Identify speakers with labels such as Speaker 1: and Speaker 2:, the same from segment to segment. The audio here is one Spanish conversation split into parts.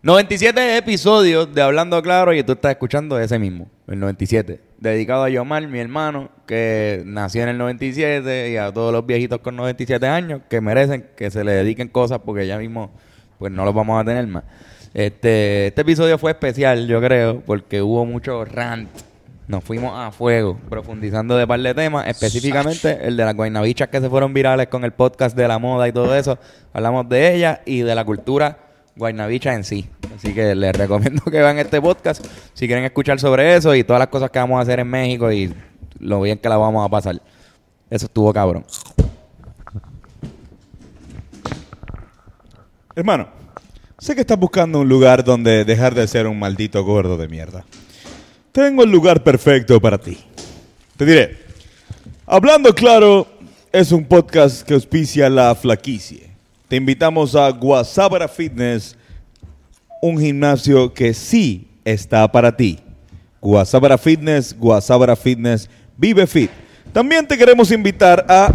Speaker 1: 97 episodios de Hablando Claro y tú estás escuchando ese mismo, el 97. Dedicado a Yomar, mi hermano, que nació en el 97 y a todos los viejitos con 97 años que merecen que se le dediquen cosas porque ya mismo pues no los vamos a tener más. Este, este episodio fue especial, yo creo, porque hubo mucho rant. Nos fuimos a fuego, profundizando de par de temas, específicamente el de las guaynabichas que se fueron virales con el podcast de la moda y todo eso. Hablamos de ellas y de la cultura guaynabicha en sí. Así que les recomiendo que vean este podcast si quieren escuchar sobre eso y todas las cosas que vamos a hacer en México y lo bien que la vamos a pasar. Eso estuvo cabrón.
Speaker 2: Hermano, sé que estás buscando un lugar donde dejar de ser un maldito gordo de mierda. Tengo el lugar perfecto para ti. Te diré. Hablando claro, es un podcast que auspicia la flaquicie. Te invitamos a Guasabara Fitness, un gimnasio que sí está para ti. Guasabara Fitness, Guasabara Fitness, vive fit. También te queremos invitar a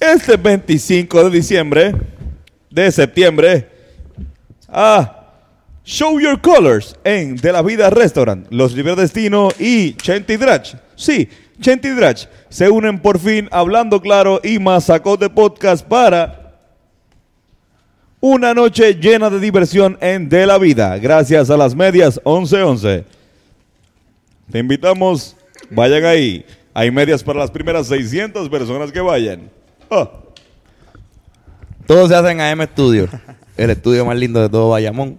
Speaker 2: este 25 de diciembre, de septiembre, a Show Your Colors en De la Vida Restaurant, Los Liberdestino y Chenti Drach. Sí, Chenti Drach se unen por fin hablando claro y Mazacote Podcast para una noche llena de diversión en De la Vida. Gracias a las medias 1111. Te invitamos, vayan ahí. Hay medias para las primeras 600 personas que vayan. Ah,
Speaker 1: Todo se hace en AM Studio, el estudio más lindo de todo Bayamón.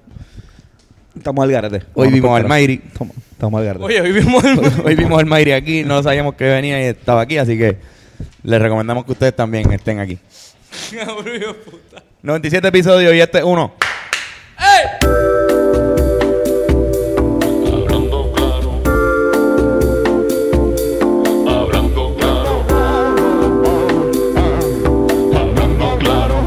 Speaker 2: Estamos al garete.
Speaker 1: Hoy vimos al Mayri.
Speaker 2: Estamos, estamos al garete.
Speaker 3: Oye, vivimos
Speaker 1: Hoy vimos al Mayri aquí, no sabíamos que venía y estaba aquí, así que les recomendamos que ustedes también estén aquí.
Speaker 3: puta.
Speaker 1: 97 episodios y este es uno.
Speaker 3: ¡Ey!
Speaker 4: Hablando claro, hablando claro, hablando claro,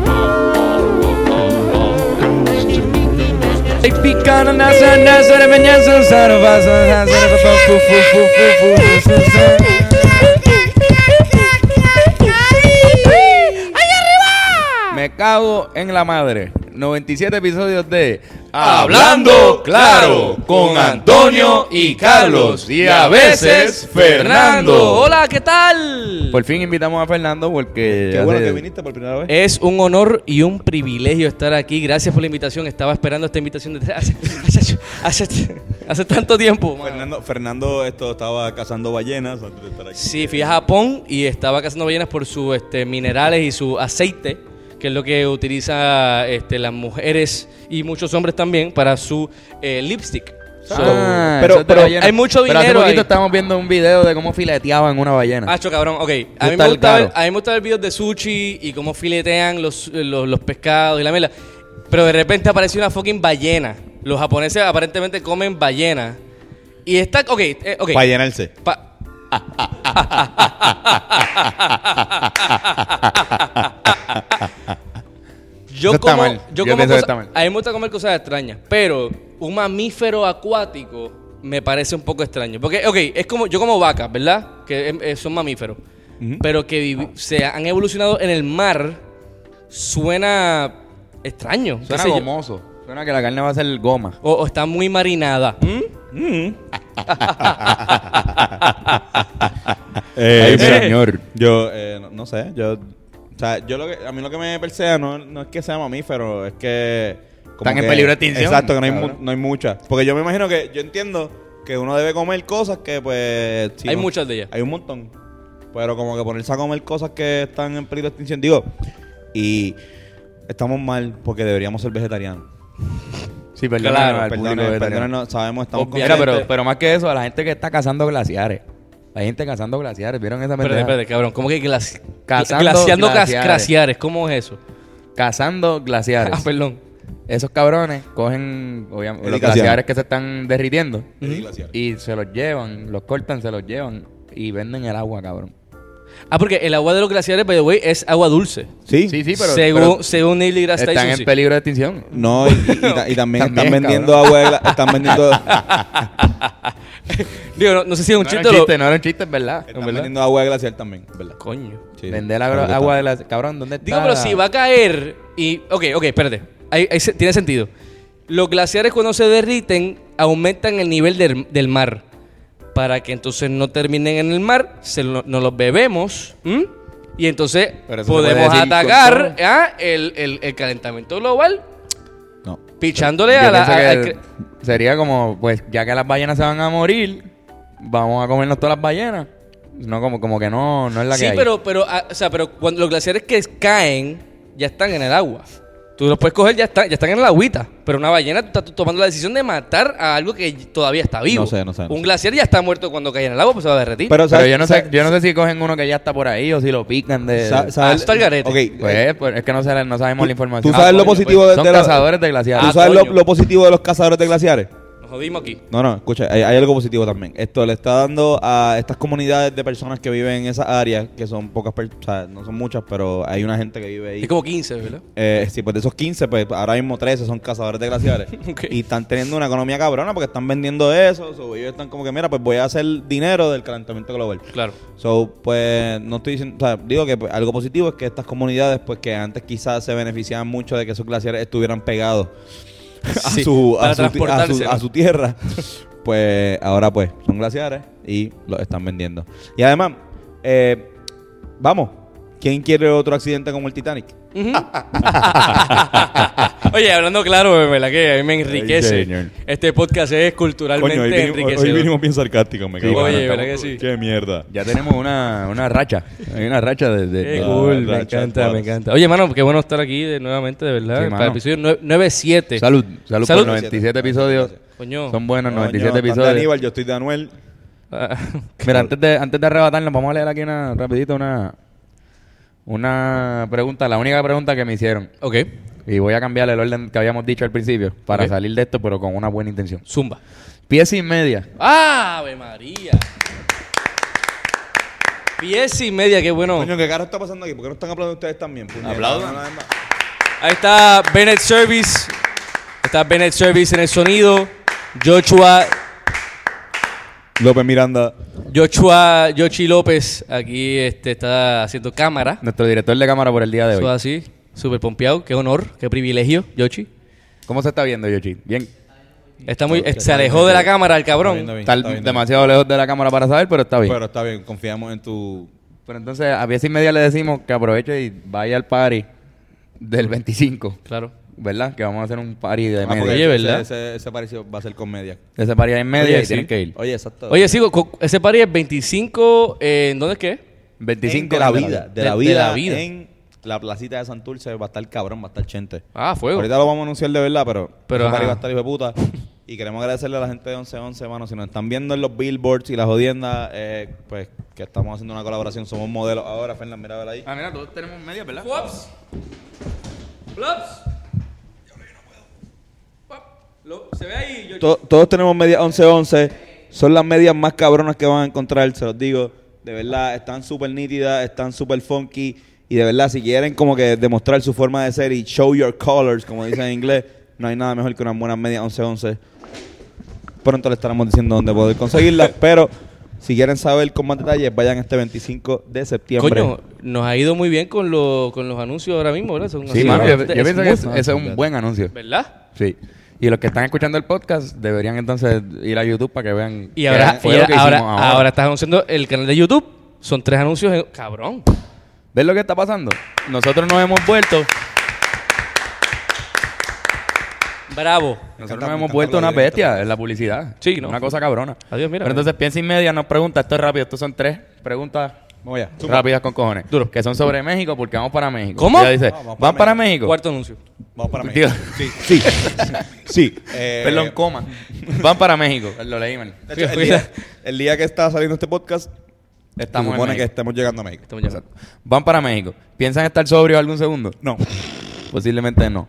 Speaker 1: Me cago en la madre. 97 episodios de
Speaker 3: Hablando Claro, con Antonio y Carlos, y a veces Fernando. Hola, ¿qué tal?
Speaker 1: Por fin invitamos a Fernando porque. Ah,
Speaker 2: Qué bueno
Speaker 1: Eh, hace- Eh,
Speaker 2: que viniste por primera vez.
Speaker 3: Es un honor y un privilegio estar aquí. Gracias por la invitación. Estaba esperando esta invitación desde hace, hace, hace- hace tanto tiempo. mano.
Speaker 2: Fernando, Fernando esto estaba cazando ballenas antes de estar aquí.
Speaker 3: Sí, fui a Japón y estaba cazando ballenas por sus este, minerales y su aceite, que es lo que utilizan este, las mujeres y muchos hombres también para su eh, lipstick. So,
Speaker 1: Ah,
Speaker 2: Pero-
Speaker 1: eso es de
Speaker 2: pero
Speaker 1: ballena.
Speaker 3: hay mucho
Speaker 1: Pero hace
Speaker 3: dinero
Speaker 1: poquito
Speaker 3: ahí. Ah,
Speaker 1: estábamos viendo un video de cómo fileteaban una ballena.
Speaker 3: Hacho, cabrón, ok. A mí,
Speaker 1: Está
Speaker 3: me
Speaker 1: el
Speaker 3: gusta ver,
Speaker 1: caro.
Speaker 3: a mí me gusta ver videos de sushi y cómo filetean los, los, los pescados y la mela. Pero de repente apareció una fucking ballena. Los japoneses aparentemente comen ballena. Y está, ok, eh, ok.
Speaker 2: Para llenarse.
Speaker 3: Pa- yo
Speaker 1: Eso está
Speaker 3: como,
Speaker 1: mal. Yo
Speaker 3: yo
Speaker 1: pienso
Speaker 3: como
Speaker 1: que
Speaker 3: cosas-
Speaker 1: está mal.
Speaker 3: a mí me gusta comer cosas extrañas, pero un mamífero acuático me parece un poco extraño, porque ok, es como yo como vacas, ¿verdad? Que em, eh, son mamíferos, pero que vivi- se han evolucionado en el mar suena extraño, qué
Speaker 1: Suena
Speaker 3: sé yo.
Speaker 1: gomoso. Suena que la carne va a ser goma.
Speaker 3: O, o está muy marinada.
Speaker 2: Eh,
Speaker 1: Ay,
Speaker 2: mira,
Speaker 1: Eh, señor.
Speaker 2: Yo eh, no, no sé, yo o sea, yo lo que, a mí lo que me persea no, no es que sea mamífero, es que como
Speaker 1: Están en
Speaker 2: que-
Speaker 1: peligro de extinción.
Speaker 2: Exacto, que no hay,
Speaker 1: Cabrón.
Speaker 2: mu- no hay muchas, porque yo me imagino que yo entiendo que uno debe comer cosas que pues si
Speaker 3: Hay
Speaker 2: no-
Speaker 3: muchas de ellas.
Speaker 2: Hay un montón. Pero como que ponerse a comer cosas que están en peligro de extinción, digo, y estamos mal porque deberíamos ser vegetarianos.
Speaker 1: Sí,
Speaker 3: perdónenme al
Speaker 2: Perdónenos, perdónenos, sabemos estamos
Speaker 1: Mira,
Speaker 3: Obviamente.
Speaker 1: pero, pero más que eso, a la gente que está cazando glaciares. Hay gente cazando glaciares. ¿Vieron esa
Speaker 3: Espérate,
Speaker 1: pendeja?
Speaker 3: espérate, cabrón, ¿cómo que glas-
Speaker 1: Cazando
Speaker 3: glaciando gas-
Speaker 1: glaciares.
Speaker 3: glaciares? ¿Cómo es eso?
Speaker 1: Cazando glaciares.
Speaker 3: Ah, perdón.
Speaker 1: Esos cabrones cogen obviamente, los
Speaker 2: Dedicación.
Speaker 1: glaciares que se están derritiendo
Speaker 2: Dedicación.
Speaker 1: y se los llevan, los cortan, se los llevan y venden el agua, cabrón.
Speaker 3: Ah, porque el agua de los glaciares, by the way, es agua dulce.
Speaker 2: Sí.
Speaker 1: Sí, sí, pero,
Speaker 3: según,
Speaker 1: pero
Speaker 3: según Neil deGrasse
Speaker 1: están
Speaker 3: Tyson.
Speaker 1: en
Speaker 3: sí.
Speaker 1: peligro de extinción.
Speaker 2: No, y, y- y ta- y también, están
Speaker 1: También,
Speaker 2: vendiendo
Speaker 1: cabrón.
Speaker 2: agua, de gla- están vendiendo,
Speaker 3: Digo, no, no sé si es un
Speaker 1: No era
Speaker 3: chiste
Speaker 1: un
Speaker 3: o lo-
Speaker 1: chiste, no era un chiste, es verdad.
Speaker 2: están vendiendo agua de glacial también, ¿verdad?
Speaker 3: Coño.
Speaker 2: Sí.
Speaker 1: Vender la
Speaker 2: Me
Speaker 1: gro-
Speaker 2: gusta.
Speaker 1: agua de la... Cabrón, ¿dónde está?
Speaker 3: Digo, pero si va a caer y... Ok, ok, espérate. ahí- ahí se- tiene sentido. Los glaciares cuando se derriten aumentan el nivel del, del mar. Para que entonces no terminen en el mar, se lo- nos los bebemos. ¿m? Y entonces
Speaker 1: Pero eso se puede
Speaker 3: podemos
Speaker 1: decir con
Speaker 3: atacar
Speaker 1: todo.
Speaker 3: ¿ah? el, el- el calentamiento global
Speaker 2: No.
Speaker 3: pichándole
Speaker 1: Yo
Speaker 3: a la...
Speaker 1: pienso
Speaker 3: a-
Speaker 1: que
Speaker 3: al cre-
Speaker 1: sería como, pues, ya que las ballenas se van a morir, vamos a comernos todas las ballenas. No, como, como que no, no es la
Speaker 3: sí,
Speaker 1: que hay.
Speaker 3: pero, pero, ah, o sea, pero cuando los glaciares que caen ya están en el agua. Tú los puedes coger, ya, están ya están en la agüita. Pero una ballena, tú estás tú tomando la decisión de matar a algo que todavía está vivo.
Speaker 2: No sé, no sé, no
Speaker 3: Un
Speaker 2: sé.
Speaker 3: glaciar ya está muerto cuando cae en el agua, pues se va a derretir.
Speaker 2: Pero,
Speaker 1: Pero
Speaker 2: ¿sabes-
Speaker 1: yo no,
Speaker 2: sabes-
Speaker 1: sé, yo no sé si cogen uno que ya está por ahí o si lo pican de...
Speaker 2: sa- sabes-
Speaker 3: está el garete.
Speaker 2: Ok, eh,
Speaker 1: Pues, pues, es que no, se- no sabemos
Speaker 2: tú-
Speaker 1: la información.
Speaker 2: tú sabes lo
Speaker 1: Ah, coño,
Speaker 2: positivo
Speaker 1: pues,
Speaker 2: de- este
Speaker 1: Son
Speaker 2: de la-
Speaker 1: cazadores de
Speaker 2: ¿Tú
Speaker 1: glaciares.
Speaker 3: Ah,
Speaker 2: sabes lo,
Speaker 3: coño.
Speaker 2: lo positivo de los cazadores de glaciares?
Speaker 3: Nos jodimos aquí.
Speaker 2: No, no, escucha, hay, hay algo positivo también. Esto le está dando a estas comunidades de personas que viven en esas áreas, que son pocas, per- o sea, no son muchas, pero hay una gente que vive ahí.
Speaker 3: Es como 15, ¿verdad?
Speaker 2: Eh, sí, pues de esos 15, pues ahora mismo 13 son cazadores de glaciares.
Speaker 3: Ok.
Speaker 2: Y están teniendo una economía cabrona porque están vendiendo eso. so, ellos están como que, mira, pues voy a hacer dinero del calentamiento global.
Speaker 3: Claro.
Speaker 2: So, pues no estoy diciendo, o sea, digo que pues, algo positivo es que estas comunidades, pues que antes quizás se beneficiaban mucho de que esos glaciares estuvieran pegados a,
Speaker 3: Sí,
Speaker 2: su,
Speaker 3: para
Speaker 2: a, su, ti- a,
Speaker 3: transportarse,
Speaker 2: su,
Speaker 3: ¿no?
Speaker 2: a su tierra, pues ahora pues son glaciares y los están vendiendo. Y además, eh, vamos, ¿quién quiere otro accidente como el Titanic? Ah.
Speaker 3: Oye, hablando claro, ¿verdad? Que a mí me enriquece.
Speaker 1: Ay, señor.
Speaker 3: este podcast es culturalmente
Speaker 2: Coño, hoy vinimos,
Speaker 3: enriquecedor.
Speaker 2: bien sarcásticos, me
Speaker 1: cago en la
Speaker 3: Oye,
Speaker 1: puta.
Speaker 3: ¿verdad que sí?
Speaker 2: Qué mierda.
Speaker 1: Ya tenemos una, una racha. Hay una racha de... de-
Speaker 3: Qué
Speaker 1: de-
Speaker 3: cool,
Speaker 2: Ah,
Speaker 3: me
Speaker 2: Ratchet
Speaker 3: encanta, me
Speaker 2: Wars.
Speaker 3: encanta. Oye, mano, qué bueno estar aquí de- nuevamente, de verdad.
Speaker 1: Sí,
Speaker 3: para
Speaker 1: mano.
Speaker 3: el episodio nue- 9-7.
Speaker 1: Salud, salud,
Speaker 3: Salud.
Speaker 1: por 97 episodios.
Speaker 3: Coño.
Speaker 1: Son buenos
Speaker 2: Coño,
Speaker 1: 97
Speaker 2: están de
Speaker 1: episodios.
Speaker 2: Aníbal, yo estoy de Anuel.
Speaker 3: Ah,
Speaker 1: Mira, antes de, antes de arrebatarnos, vamos a leer aquí una, rapidito una, una pregunta, la única pregunta que me hicieron.
Speaker 3: ok,
Speaker 1: Y voy a cambiar el orden que habíamos dicho al principio para
Speaker 3: Ok.
Speaker 1: salir de esto, pero con una buena intención.
Speaker 3: zumba.
Speaker 1: Pies y media.
Speaker 3: ¡Ave Ah, María! Pies y media, qué bueno.
Speaker 2: Coño, ¿qué caro está pasando aquí? ¿Por qué no están hablando ustedes también? puñeta?
Speaker 1: Aplaudan.
Speaker 2: Una vez más.
Speaker 3: Ahí está Bennett Service. Está Bennett Service en el sonido. Joshua,
Speaker 2: López Miranda.
Speaker 3: Joshua, Yoshi López aquí este, está haciendo cámara.
Speaker 1: Nuestro director de cámara por el día de
Speaker 3: Eso
Speaker 1: hoy.
Speaker 3: así, súper pompeado. Qué honor, qué privilegio, Yoshi.
Speaker 1: ¿Cómo se está viendo, Yoshi? Bien.
Speaker 3: Está muy, se alejó de la cámara el cabrón.
Speaker 2: Está bien,
Speaker 1: Está
Speaker 2: bien.
Speaker 1: demasiado lejos de la cámara para saber, pero está bien.
Speaker 2: Pero está bien, confiamos en tu.
Speaker 1: Pero entonces a pies y media le decimos que aproveche y vaya al party del 25,
Speaker 3: Claro.
Speaker 1: ¿verdad? Que vamos a hacer un party de
Speaker 2: Ah,
Speaker 1: media.
Speaker 2: porque
Speaker 3: Oye,
Speaker 2: ese-
Speaker 3: ¿verdad?
Speaker 2: Ese, ese parecido va a ser con media.
Speaker 1: Ese party es en media
Speaker 3: Oye,
Speaker 1: y
Speaker 3: sí.
Speaker 1: tienen que ir.
Speaker 2: Oye, exacto.
Speaker 3: Oye, sigo, co- ese party es 25, eh, ¿en dónde es que? es?
Speaker 1: 25
Speaker 2: de la vida. De la
Speaker 3: de-
Speaker 2: vida.
Speaker 3: de la vida.
Speaker 2: En la placita de Santurce va a estar cabrón, va a estar chente.
Speaker 3: Ah, fuego.
Speaker 2: Ahorita lo vamos a anunciar de verdad, pero,
Speaker 3: Pero,
Speaker 2: ese party
Speaker 3: ajá.
Speaker 2: va a estar hijo de puta. Y queremos agradecerle a la gente de 1111, mano. Si nos están viendo en los billboards y las jodiendas, eh, pues que estamos haciendo una colaboración. Somos modelos ahora, Fernan, mira, ver ahí.
Speaker 1: Ah, mira, todos tenemos media, ¿verdad?
Speaker 3: Flops. Flops. Pop. Lo- Se ve ahí. yo-
Speaker 2: To- todos tenemos medias 11-11. Son las medias más cabronas que van a encontrar, se los digo. De verdad, están súper nítidas, están súper funky. Y de verdad, si quieren como que demostrar su forma de ser y show your colors, como dicen en inglés, no hay nada mejor que unas buenas medias 11-11. Pronto le estaremos diciendo dónde poder conseguirlas, pero si quieren saber con más detalles, vayan este 25 de septiembre.
Speaker 3: Coño, nos ha ido muy bien con, lo- con los anuncios ahora mismo, ¿verdad? Son
Speaker 1: Sí,
Speaker 3: así,
Speaker 1: mano,
Speaker 3: ¿verdad?
Speaker 1: yo,
Speaker 3: Este
Speaker 1: yo
Speaker 3: es
Speaker 1: pienso
Speaker 3: muy
Speaker 1: que ese-
Speaker 3: fácil.
Speaker 1: ese es un buen anuncio.
Speaker 3: ¿Verdad?
Speaker 1: Sí. Y los que están escuchando el podcast deberían entonces ir a YouTube para que vean.
Speaker 3: Y ahora,
Speaker 1: qué fue
Speaker 3: y
Speaker 1: lo
Speaker 3: ahora,
Speaker 1: que
Speaker 3: ahora,
Speaker 1: hicimos ahora.
Speaker 3: ahora estás anunciando el canal de YouTube. Son tres anuncios. en- Cabrón.
Speaker 1: ¿Ves lo que está pasando? Nosotros nos hemos vuelto.
Speaker 3: Bravo.
Speaker 1: Nosotros
Speaker 2: encanta-
Speaker 1: nos
Speaker 2: me
Speaker 1: hemos
Speaker 2: encanta
Speaker 1: vuelto
Speaker 2: hablar
Speaker 1: una
Speaker 2: de esto.
Speaker 1: bestia en la publicidad.
Speaker 3: Sí, ¿no?
Speaker 1: Una cosa cabrona.
Speaker 3: Adiós, mira.
Speaker 1: Pero entonces piensa y media nos pregunta, esto es rápido, estos son tres preguntas
Speaker 2: Vamos allá.
Speaker 1: rápidas con cojones.
Speaker 3: Duro.
Speaker 1: Que son sobre México porque vamos para México.
Speaker 3: ¿Cómo?
Speaker 1: Ella dice,
Speaker 2: Vamos para
Speaker 1: ¿van para
Speaker 2: México.
Speaker 1: México?
Speaker 3: Cuarto anuncio.
Speaker 2: Vamos para
Speaker 1: Tío.
Speaker 2: México. Sí, sí. sí. Eh,
Speaker 1: Perdón, coma. Van para México. Lo leí, man.
Speaker 2: de hecho, el, día, el día que está saliendo este podcast,
Speaker 1: Estamos
Speaker 2: se
Speaker 1: en
Speaker 2: supone que
Speaker 1: México.
Speaker 2: estemos llegando a México.
Speaker 3: Estamos llamando.
Speaker 1: Exacto. Van para México. ¿Piensan estar sobrios algún segundo?
Speaker 2: No.
Speaker 1: Posiblemente no.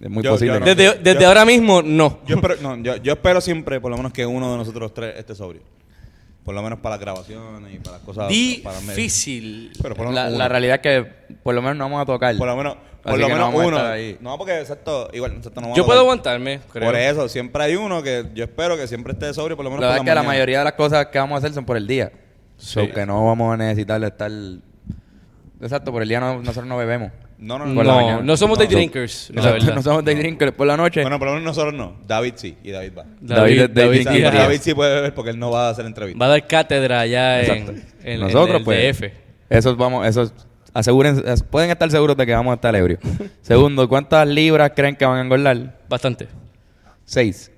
Speaker 1: Es muy
Speaker 2: Yo-
Speaker 1: posible.
Speaker 2: yo
Speaker 1: que
Speaker 2: no.
Speaker 1: no.
Speaker 3: Desde, desde
Speaker 2: Yo-
Speaker 3: ahora mismo, no.
Speaker 2: Yo espero, no, yo, yo espero siempre, por lo menos, que uno de nosotros tres esté sobrio. Por lo menos para las grabaciones y para las cosas. para medios.
Speaker 3: Difícil.
Speaker 2: Pero por lo menos
Speaker 1: La,
Speaker 2: uno.
Speaker 1: la realidad es que por lo menos no vamos a tocar.
Speaker 2: Por lo menos, por
Speaker 1: Así
Speaker 2: lo
Speaker 1: que no
Speaker 2: menos
Speaker 1: vamos a
Speaker 2: uno.
Speaker 1: estar ahí.
Speaker 2: No, porque exacto, igual, exacto, no vamos
Speaker 3: Yo
Speaker 2: a
Speaker 3: puedo
Speaker 2: tocar.
Speaker 3: aguantarme, creo.
Speaker 2: Por eso, siempre hay uno que yo espero que siempre esté sobrio, por lo menos
Speaker 1: la verdad es
Speaker 2: por
Speaker 1: que la
Speaker 2: mañana.
Speaker 1: mayoría de las cosas que vamos a hacer son por el día.
Speaker 3: Sí.
Speaker 1: So que no vamos a necesitar estar... Exacto, por el día no- nosotros no bebemos.
Speaker 2: No, no, no.
Speaker 1: Por la mañana.
Speaker 3: No, no somos day
Speaker 1: No.
Speaker 3: drinkers, la
Speaker 1: Exacto,
Speaker 3: verdad.
Speaker 1: no somos day drinkers por la noche.
Speaker 2: Bueno, por lo menos nosotros no. David sí, y David va.
Speaker 1: David es day
Speaker 2: O sea,
Speaker 1: drinker.
Speaker 2: David sí puede beber porque él no va a hacer entrevista.
Speaker 3: Va a dar cátedra allá en,
Speaker 1: Exacto.
Speaker 3: en- en
Speaker 1: Nosotros,
Speaker 3: el
Speaker 1: pues.
Speaker 3: DF.
Speaker 1: Esos vamos, esos. Aseguren, as- pueden estar seguros de que vamos a estar ebrios. Segundo, ¿cuántas libras creen que van a engordar?
Speaker 3: Bastante.
Speaker 1: Seis.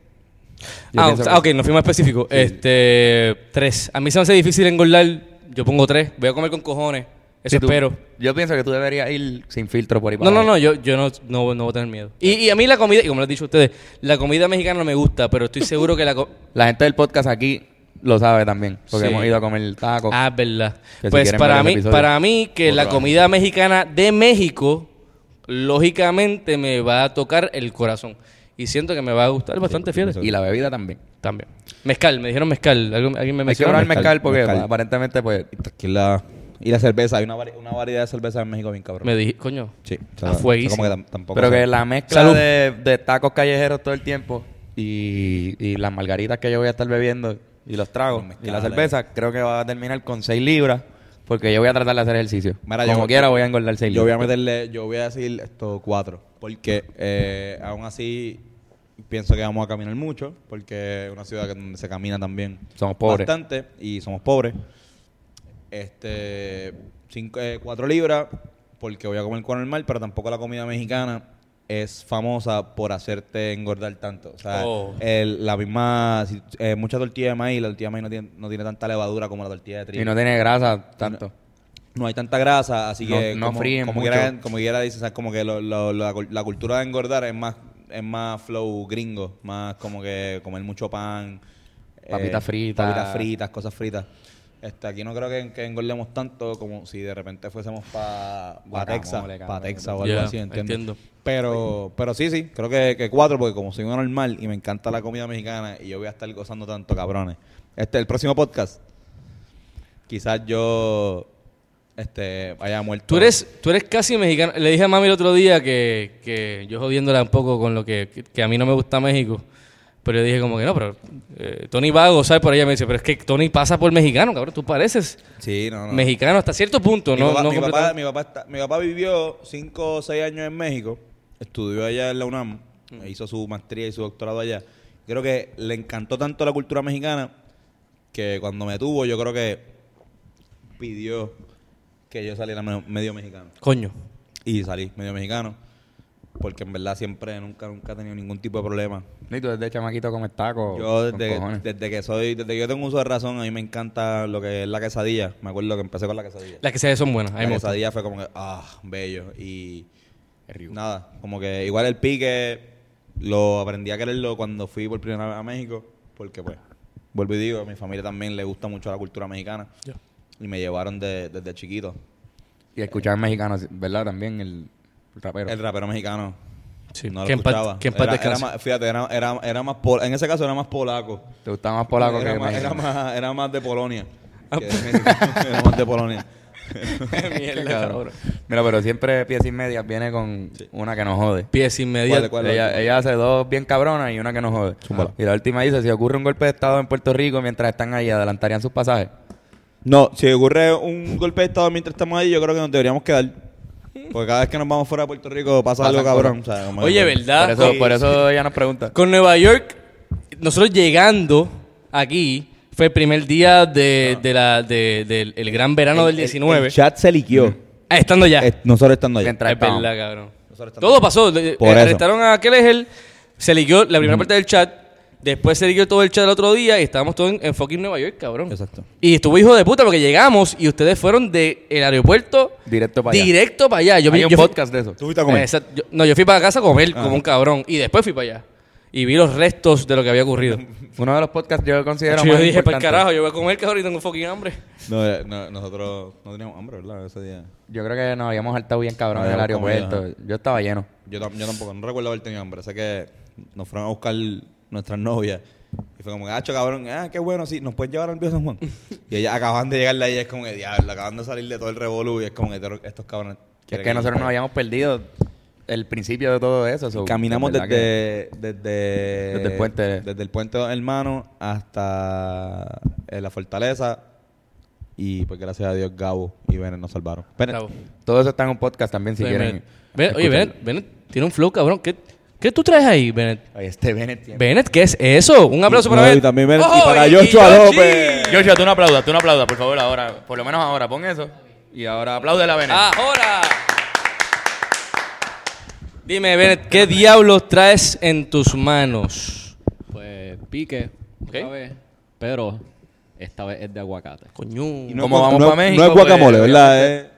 Speaker 1: Yo
Speaker 3: Ah,
Speaker 1: pienso
Speaker 3: ah, ok,
Speaker 1: que-
Speaker 3: nos fuimos específicos. Este, tres. A mí se me hace difícil engordar. Yo pongo tres. Voy a comer con cojones. Eso
Speaker 1: si tú-
Speaker 3: espero.
Speaker 1: Yo pienso que tú deberías ir sin filtro por ahí
Speaker 3: No,
Speaker 1: para
Speaker 3: no,
Speaker 1: abajo.
Speaker 3: no, yo, yo no, no, no voy a tener miedo. Y, y a mí la comida, y como lo han dicho ustedes, la comida mexicana no me gusta, pero estoy seguro que la... co-
Speaker 1: La gente del podcast aquí lo sabe también. Porque
Speaker 3: Sí.
Speaker 1: hemos ido a comer tacos.
Speaker 3: Ah, es verdad.
Speaker 1: Que si
Speaker 3: pues
Speaker 1: quieren ver
Speaker 3: para,
Speaker 1: ese
Speaker 3: mí,
Speaker 1: episodio,
Speaker 3: para mí, que
Speaker 1: otro
Speaker 3: la
Speaker 1: año.
Speaker 3: comida mexicana de México, lógicamente me va a tocar el corazón. Y siento que me va a gustar bastante, fíjate.
Speaker 1: y la bebida también.
Speaker 3: También. Mezcal, me dijeron mezcal. ¿Algu- ¿Alguien me
Speaker 1: Hay que
Speaker 3: mencionó?
Speaker 1: hablar
Speaker 2: mezcal,
Speaker 1: mezcal porque
Speaker 2: mezcal.
Speaker 1: pues, aparentemente pues...
Speaker 2: Que la- Y la cerveza, hay una, vari- una variedad de cerveza en México bien cabrón.
Speaker 3: Me dije, coño.
Speaker 2: Sí,
Speaker 3: Ah, fueguísimo.
Speaker 2: como que tam- tampoco
Speaker 1: Pero
Speaker 2: sé.
Speaker 1: que la mezcla
Speaker 2: Salud.
Speaker 1: de, de tacos callejeros todo el tiempo y, y las margaritas que yo voy a estar bebiendo y los tragos
Speaker 2: No mezcla,
Speaker 1: y la
Speaker 2: dale.
Speaker 1: cerveza, creo que va a terminar con 6 libras porque yo voy a tratar de hacer ejercicio.
Speaker 2: Mira,
Speaker 1: Como
Speaker 2: yo-
Speaker 1: quiera voy a engordar 6
Speaker 2: Yo voy a
Speaker 1: libras.
Speaker 2: meterle, yo voy a decir esto cuatro, porque eh, aún así pienso que vamos a caminar mucho, porque es una ciudad que- donde se camina también.
Speaker 1: Somos pobres.
Speaker 2: Bastante y somos pobres. Este, cinco, eh, cuatro libras, porque voy a comer con normal, pero tampoco la comida mexicana es famosa por hacerte engordar tanto. O sea,
Speaker 3: Oh.
Speaker 2: el- la misma, si- eh, mucha tortilla de maíz, la tortilla de maíz no tiene, no tiene tanta levadura como la tortilla de trigo
Speaker 1: Y no tiene grasa tanto.
Speaker 2: no hay tanta grasa, así
Speaker 1: No-
Speaker 2: que
Speaker 1: no
Speaker 2: como,
Speaker 1: fríen
Speaker 2: como
Speaker 1: mucho.
Speaker 2: quiera, como quiera dices, o sea, como que lo- lo- la, cul- la cultura de engordar es más es más flow gringo, más como que comer mucho pan, eh,
Speaker 1: Papitas fritas.
Speaker 2: papitas fritas, cosas fritas. Este, aquí no creo que, que engordemos tanto como si de repente fuésemos para
Speaker 1: Guacamole,
Speaker 2: Texas,
Speaker 1: cabrón.
Speaker 2: pa Texas o algo
Speaker 3: Ya,
Speaker 2: así, ¿entiendes?
Speaker 3: entiendo.
Speaker 2: Pero, pero sí, sí, creo que, que cuatro, porque como soy un normal y me encanta la comida mexicana y yo voy a estar gozando tanto, cabrones. Este, el próximo podcast, quizás yo este, haya muerto.
Speaker 3: Tú eres, tú eres casi mexicano. Le dije a mami el otro día que, que yo jodiéndola un poco con lo que, que, a mí no me gusta México. Pero yo dije como que no, pero eh, Tony va a gozar por ella. Me dice, pero es que Tony pasa por mexicano, cabrón. Tú pareces
Speaker 2: Sí, no, no.
Speaker 3: mexicano hasta cierto punto,
Speaker 2: Mi
Speaker 3: ¿no?
Speaker 2: papá,
Speaker 3: no
Speaker 2: mi, papá,
Speaker 3: completamente.
Speaker 2: mi papá está- mi papá vivió 5 o 6 años en México, estudió allá en la UNAM,
Speaker 3: Mm.
Speaker 2: e hizo su maestría y su doctorado allá. Creo que le encantó tanto la cultura mexicana que cuando me tuvo yo creo que pidió que yo saliera me- medio mexicano.
Speaker 3: Coño.
Speaker 2: Y salí medio mexicano, porque en verdad siempre, nunca, nunca he tenido ningún tipo de problema.
Speaker 1: Y tú desde chamaquito comes tacos.
Speaker 2: Yo
Speaker 1: con
Speaker 2: desde,
Speaker 1: cojones.
Speaker 2: desde que soy, desde que yo tengo uso de razón, a mí me encanta lo que es la quesadilla. Me acuerdo que empecé con la quesadilla.
Speaker 3: Las que se son buenas. A mí
Speaker 2: La
Speaker 3: me gustan.
Speaker 2: quesadilla fue como que, ah, bello. Y nada, como que igual el pique lo aprendí a quererlo cuando fui por primera vez a México, porque pues, vuelvo y digo, a mi familia también le gusta mucho la cultura mexicana.
Speaker 3: Ya.
Speaker 2: Y me llevaron de- desde chiquito.
Speaker 1: Y escuchar mexicanos, ¿verdad? También el el rapero.
Speaker 2: El rapero mexicano.
Speaker 3: Sí.
Speaker 2: No lo
Speaker 3: que en paz-
Speaker 2: escuchaba.
Speaker 3: que en paz
Speaker 2: Era- era
Speaker 3: descanse.
Speaker 2: más- fíjate, era, era- era más pol- en ese caso era más polaco.
Speaker 1: ¿Te gustaba más polaco
Speaker 2: era,
Speaker 1: que
Speaker 2: más, era,
Speaker 1: mexicano?
Speaker 2: más, era más de Polonia.
Speaker 3: Ah,
Speaker 2: que de México. era más de Polonia.
Speaker 3: Mierda, cabrón.
Speaker 1: Mira, pero siempre pies y medias viene con una que nos jode.
Speaker 3: Pies inmediatas.
Speaker 2: ¿Cuál es la
Speaker 1: Ella,
Speaker 2: última?
Speaker 1: ella hace dos bien cabronas y una que no jode.
Speaker 2: Zúmbala.
Speaker 1: Y la última dice, si ocurre un golpe de estado en Puerto Rico mientras están ahí, adelantarían sus pasajes.
Speaker 2: No, si ocurre un golpe de estado mientras estamos ahí, yo creo que nos deberíamos quedar. Porque cada vez que nos vamos fuera de Puerto Rico pasa
Speaker 1: Pasan
Speaker 2: algo cabrón. o sea, como
Speaker 3: Oye,
Speaker 2: que-
Speaker 3: ¿verdad?
Speaker 1: por, eso,
Speaker 3: Con-
Speaker 1: por eso ella nos pregunta.
Speaker 3: Con Nueva York, nosotros llegando aquí, fue el primer día de, de la, de- del el gran verano del 19.
Speaker 2: El chat se liquió.
Speaker 3: Ah, estando ya.
Speaker 2: Eh, Nosotros estando allá.
Speaker 1: Mientras
Speaker 3: es verdad,
Speaker 1: estábamos.
Speaker 3: cabrón.
Speaker 2: Nosotros estamos-
Speaker 3: Todo pasó. Le-
Speaker 2: Por
Speaker 3: eh,
Speaker 2: eso.
Speaker 3: Arrestaron a Kelleher, se liguió la primera parte del chat, después se liguió todo el chat el otro día y estábamos todos en, en fucking Nueva York, cabrón.
Speaker 2: Exacto.
Speaker 3: Y estuvo hijo de puta porque llegamos y ustedes fueron del aeropuerto
Speaker 1: Directo pa' allá.
Speaker 3: Directo para allá. Yo, vi-
Speaker 1: Hay un
Speaker 3: yo fui-
Speaker 1: podcast de eso.
Speaker 2: Tú fuiste a comer.
Speaker 3: Eh, Exacto. Yo- no, yo fui para casa a comer
Speaker 2: Ah.
Speaker 3: como un cabrón y después fui para allá. Y vi los restos de lo que había ocurrido.
Speaker 1: Uno de los podcasts yo considero
Speaker 3: yo
Speaker 1: más
Speaker 3: dije, para el
Speaker 1: importantes.
Speaker 3: carajo, yo voy a comer, cabrón, y tengo fucking hambre.
Speaker 2: No, eh, no, nosotros no teníamos hambre, ¿verdad? Ese día.
Speaker 1: Yo creo que nos habíamos hartado bien cabrón
Speaker 2: Nos
Speaker 1: en el
Speaker 2: habíamos comido,
Speaker 1: aeropuerto. Yo estaba lleno.
Speaker 2: Yo, tam- yo tampoco, no recuerdo haber tenido hambre. Sé que nos fueron a buscar nuestras novias. Y fue como, gacho, cabrón, ah, qué bueno, sí, nos pueden llevar al Viejo San Juan. y ellas acaban de llegar de ahí, es como que diablo, acaban de salir de todo el revolú. Y es como que te- estos cabrones.
Speaker 1: Es
Speaker 2: quieren
Speaker 1: que
Speaker 2: ir
Speaker 1: nosotros
Speaker 2: para
Speaker 1: nos
Speaker 2: allá.
Speaker 1: habíamos perdido el principio de todo eso. so,
Speaker 2: Caminamos
Speaker 1: de
Speaker 2: desde,
Speaker 1: verdad que-
Speaker 2: desde,
Speaker 1: Desde el puente.
Speaker 2: Desde el puente Dos Hermanos hasta eh, la fortaleza. Y pues gracias a Dios Gabo y Bennett nos salvaron. Bennett,
Speaker 3: Bravo.
Speaker 1: Todo eso está en un podcast también, si
Speaker 3: Oye,
Speaker 1: quieren.
Speaker 3: Bennett. Ven- oye,
Speaker 1: escucharlo.
Speaker 3: Bennett, Bennett tiene un flow, cabrón. ¿Qué, qué tú traes ahí, Bennett?
Speaker 1: Oye, este Bennett tiene.
Speaker 3: Bennett, ¿qué es eso? Un aplauso para
Speaker 2: No, y
Speaker 3: Bennett. ¡Oh,
Speaker 2: también Bennett- y
Speaker 3: ¡Ojo!
Speaker 2: para Joshua López.
Speaker 1: Joshua, tú no aplaudas, tú no aplaudas, por favor, ahora. Por lo menos ahora, pon eso. Y ahora aplaude la
Speaker 3: Ah.
Speaker 1: Bennett.
Speaker 3: Ahora. Dime, Bennett, ¿qué diablos traes en tus manos?
Speaker 5: Pues pique, otra
Speaker 3: Ok.
Speaker 5: vez, pero esta vez es de aguacate.
Speaker 3: Coño.
Speaker 2: no
Speaker 1: Como
Speaker 2: es-
Speaker 1: vamos
Speaker 2: no-
Speaker 1: pa' México,
Speaker 2: No es guacamole,
Speaker 1: pues,
Speaker 2: ¿verdad? Eh,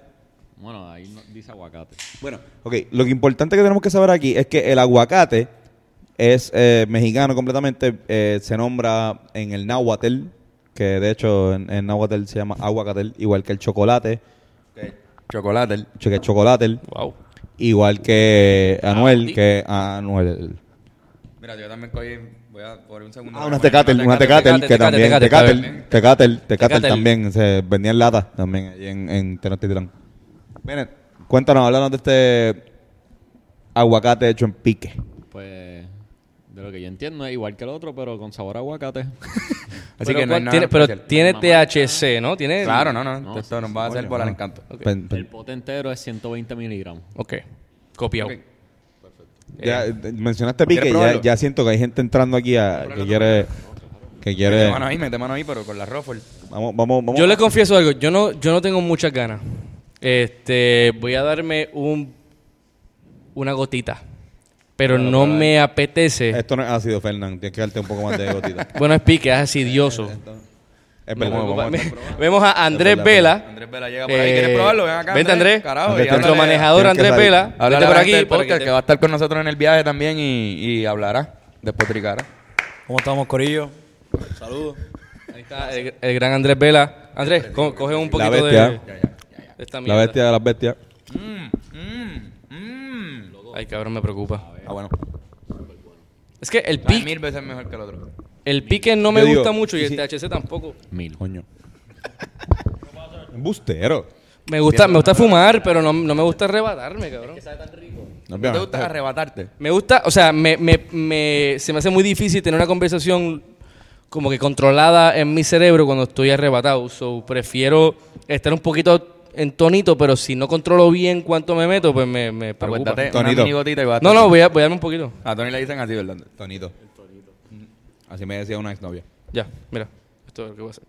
Speaker 5: Bueno, ahí no- dice aguacate.
Speaker 2: Bueno, ok, lo que importante que tenemos que saber aquí es que el aguacate es eh, mexicano completamente, eh, se nombra en el náhuatl, que de hecho en, en náhuatl se llama aguacatel, igual que el chocolate,
Speaker 1: Chocolate.
Speaker 2: cho- que chocolatl,
Speaker 3: Wow. Ah,
Speaker 2: igual que Anuel,
Speaker 3: sí.
Speaker 2: que Anuel.
Speaker 1: Mira, yo también cogí. Voy a por un segundo.
Speaker 2: Ah, una tecatel, una tecatel, que
Speaker 3: Tecate,
Speaker 2: también,
Speaker 3: Tecate,
Speaker 2: tecatel, tecatel, tecatel
Speaker 3: Tecatel.
Speaker 2: también, se vendía en lata también allí en, en Tenochtitlán. Miren, cuéntanos, háblanos de este aguacate hecho en pique.
Speaker 5: Pues de lo que yo entiendo es igual que el otro, pero con sabor a aguacate.
Speaker 1: Así
Speaker 3: pero,
Speaker 1: que no hay
Speaker 3: ¿cuál-
Speaker 1: nada
Speaker 3: tiene, pero
Speaker 1: especial.
Speaker 3: tiene
Speaker 5: Mamá.
Speaker 3: THC, ¿no? Tiene
Speaker 1: Claro, no, no.
Speaker 5: No,
Speaker 1: esto
Speaker 5: sí,
Speaker 1: nos va a hacer
Speaker 2: coño,
Speaker 1: volar
Speaker 2: no.
Speaker 1: encanto.
Speaker 2: Pen-
Speaker 5: el pote entero es 120 miligramos.
Speaker 3: Ok. Copiado.
Speaker 1: Ok.
Speaker 2: Ya, eh, mencionaste pique,
Speaker 1: ¿quieres
Speaker 2: ya,
Speaker 1: probarlo?
Speaker 2: ya siento que hay gente entrando aquí a, que quiere que
Speaker 1: Mete
Speaker 2: quiere
Speaker 1: mano ahí, mete mano ahí, pero con la Ruffle.
Speaker 2: vamos vamos vamos.
Speaker 3: Yo le confieso algo, yo no, yo no tengo muchas ganas. Este, voy a darme un una gotita. Pero no me apetece.
Speaker 2: eh, Esto no es ácido, Fernán, tienes que darte un poco más de gotita.
Speaker 3: Bueno, es pique, es acidioso.
Speaker 2: Es
Speaker 3: Me
Speaker 2: verdad, vamos,
Speaker 3: preocupa.
Speaker 2: vamos.
Speaker 3: Vemos a Andrés
Speaker 2: verdad,
Speaker 3: Vela.
Speaker 1: Andrés Vela llega por ahí.
Speaker 3: Eh,
Speaker 1: ¿Quieres probarlo? Ven acá.
Speaker 3: Vente, Andrés.
Speaker 1: Carajo,
Speaker 2: Andrés,
Speaker 1: y
Speaker 2: te-
Speaker 1: háblale-
Speaker 3: Nuestro manejador
Speaker 2: tienes que
Speaker 3: Andrés
Speaker 2: salir.
Speaker 3: Vela.
Speaker 1: Háblale
Speaker 3: Vete
Speaker 1: a
Speaker 3: por
Speaker 1: la
Speaker 3: aquí.
Speaker 1: gente del
Speaker 3: para
Speaker 1: podcast,
Speaker 3: te-
Speaker 1: que va a estar con nosotros en el viaje también y, y hablará, despotricará.
Speaker 6: ¿Cómo estamos, Corillo?
Speaker 1: Saludos.
Speaker 3: Ahí está el, el gran Andrés Vela. Andrés, co- coge un poquito de,
Speaker 2: bestia.
Speaker 3: de esta
Speaker 2: La
Speaker 3: mierda.
Speaker 2: bestia de las bestias.
Speaker 3: Ay, cabrón, me preocupa.
Speaker 2: Ah, bueno.
Speaker 3: Es que el
Speaker 1: Pique.
Speaker 3: pique,
Speaker 1: Mil veces mejor que el otro.
Speaker 3: el pique no me
Speaker 2: Yo digo,
Speaker 3: gusta mucho y
Speaker 2: y
Speaker 3: el
Speaker 2: si-
Speaker 3: THC tampoco.
Speaker 5: Mil.
Speaker 2: Coño. Un bustero.
Speaker 3: Me gusta, me gusta fumar, pero no, no me gusta arrebatarme, cabrón.
Speaker 1: ¿No te
Speaker 2: eh.
Speaker 1: gusta arrebatarte?
Speaker 3: Me gusta, o sea, me, me, me- se me hace muy difícil tener una conversación como que controlada en mi cerebro cuando estoy arrebatado. So, prefiero estar un poquito en tonito, pero si no controlo bien cuánto me meto, pues me, me preocupa.
Speaker 1: Acuérdate, una
Speaker 2: Tonito.
Speaker 1: mini gotita y va a
Speaker 3: No, no, voy a, voy a darme un poquito.
Speaker 1: A Tony le dicen así, ¿verdad?
Speaker 2: Tonito. Así me decía una exnovia.
Speaker 3: Ya, mira. Esto es lo que voy a hacer.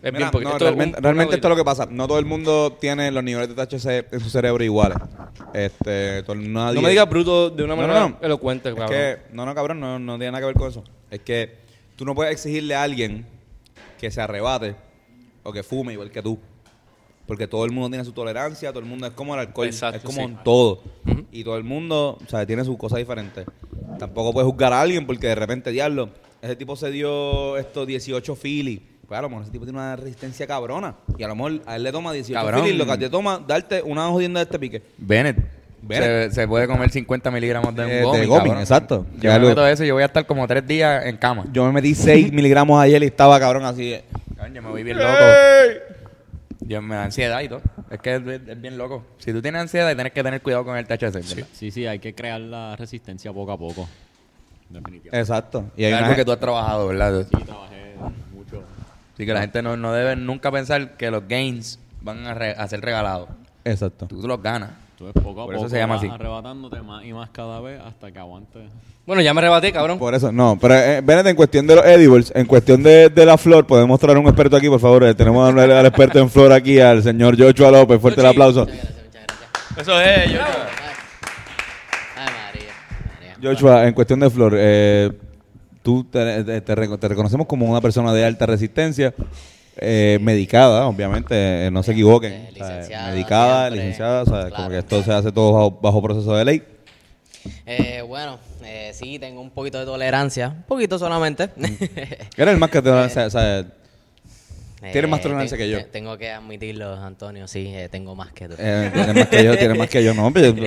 Speaker 3: Es
Speaker 2: Mira,
Speaker 3: bien poquito.
Speaker 2: no,
Speaker 3: Esto es
Speaker 2: realmente,
Speaker 3: un-
Speaker 2: realmente
Speaker 3: una
Speaker 2: esto es lo
Speaker 3: gotita.
Speaker 2: que pasa. No todo el mundo tiene los niveles de THC en su cerebro iguales. Este, todo- nadie-
Speaker 3: No me digas bruto de una
Speaker 2: No, no,
Speaker 3: manera
Speaker 2: no.
Speaker 3: elocuente,
Speaker 2: Es
Speaker 3: cabrón.
Speaker 2: que, no, no, cabrón, no, no tiene nada que ver con eso. Es que tú no puedes exigirle a alguien que se arrebate o que fume igual que tú. Porque todo el mundo tiene su tolerancia, todo el mundo es como el alcohol,
Speaker 3: Exacto,
Speaker 2: es como
Speaker 3: sí.
Speaker 2: en todo. Y todo el mundo, o sea, tiene sus cosas diferentes. Tampoco puedes juzgar a alguien porque de repente, diablo, ese tipo se dio estos 18 filis. Claro, Pues a lo mejor ese tipo tiene una resistencia cabrona. Y a lo mejor a él le toma 18
Speaker 1: Cabrón.
Speaker 2: filis, lo que a ti te toma, darte una jodienda de este pique.
Speaker 1: Bennett.
Speaker 2: Bennett.
Speaker 1: Se, se puede comer 50 miligramos de, un
Speaker 2: Eh, de
Speaker 1: gomi,
Speaker 2: gomi,
Speaker 1: cabrón.
Speaker 2: exacto.
Speaker 1: Yo
Speaker 2: Ya
Speaker 1: me
Speaker 2: lo-
Speaker 1: meto eso y yo voy a estar como tres días en cama.
Speaker 2: Yo me metí 6 miligramos ayer y estaba cabrón así. de-
Speaker 1: Coño, me voy bien loco. Yo me da ansiedad y todo. Es que es, es bien loco. Si tú tienes ansiedad, tienes que tener cuidado con el THC. Sí.
Speaker 5: Sí, sí, hay que crear la resistencia poco a poco. Definitivamente.
Speaker 2: Exacto. Y
Speaker 1: Es
Speaker 2: hay
Speaker 1: algo
Speaker 2: una
Speaker 1: que
Speaker 2: gente-
Speaker 1: tú has trabajado, ¿verdad?
Speaker 5: Sí, trabajé mucho.
Speaker 1: Así que la gente no, no debe nunca pensar que los gains van a, re- a ser regalados.
Speaker 2: Exacto.
Speaker 1: Tú los ganas.
Speaker 5: Entonces poco a
Speaker 1: Por eso
Speaker 5: poco
Speaker 1: se llama
Speaker 5: vas
Speaker 1: así.
Speaker 5: arrebatándote más y más cada vez hasta que aguantes.
Speaker 3: Bueno, ya me rebaté, cabrón.
Speaker 2: Por eso, no, pero eh, Bennett, en cuestión de los edibles, en cuestión de, de la flor, podemos traer un experto aquí, por favor. Eh, tenemos a- al, experto en flor aquí, al señor Joshua López. Fuerte el
Speaker 3: Jochi.
Speaker 2: aplauso.
Speaker 1: Eso es, yo.
Speaker 7: Ay, María. María.
Speaker 2: Joshua, en cuestión de flor, eh, tú te, te- te reco- te reconocemos como una persona de alta resistencia, eh, medicada, obviamente, eh, no se equivoquen.
Speaker 7: Eh,
Speaker 2: o sea,
Speaker 7: licenciada
Speaker 2: medicada,
Speaker 7: siempre.
Speaker 2: licenciada, o sea, como
Speaker 7: Claro.
Speaker 2: que esto se hace todo bajo, bajo proceso de ley.
Speaker 7: Eh, bueno, eh, sí, tengo un poquito de tolerancia. Un poquito solamente.
Speaker 2: Mm. Eres el más que te o sea, Tienes más
Speaker 7: Eh,
Speaker 2: tolerancia
Speaker 7: ten-
Speaker 2: que yo.
Speaker 7: te- Tengo que admitirlo, Antonio. Sí, eh, tengo más que tú.
Speaker 2: Eh, tiene más que yo, tiene más que yo, no, hombre. yo-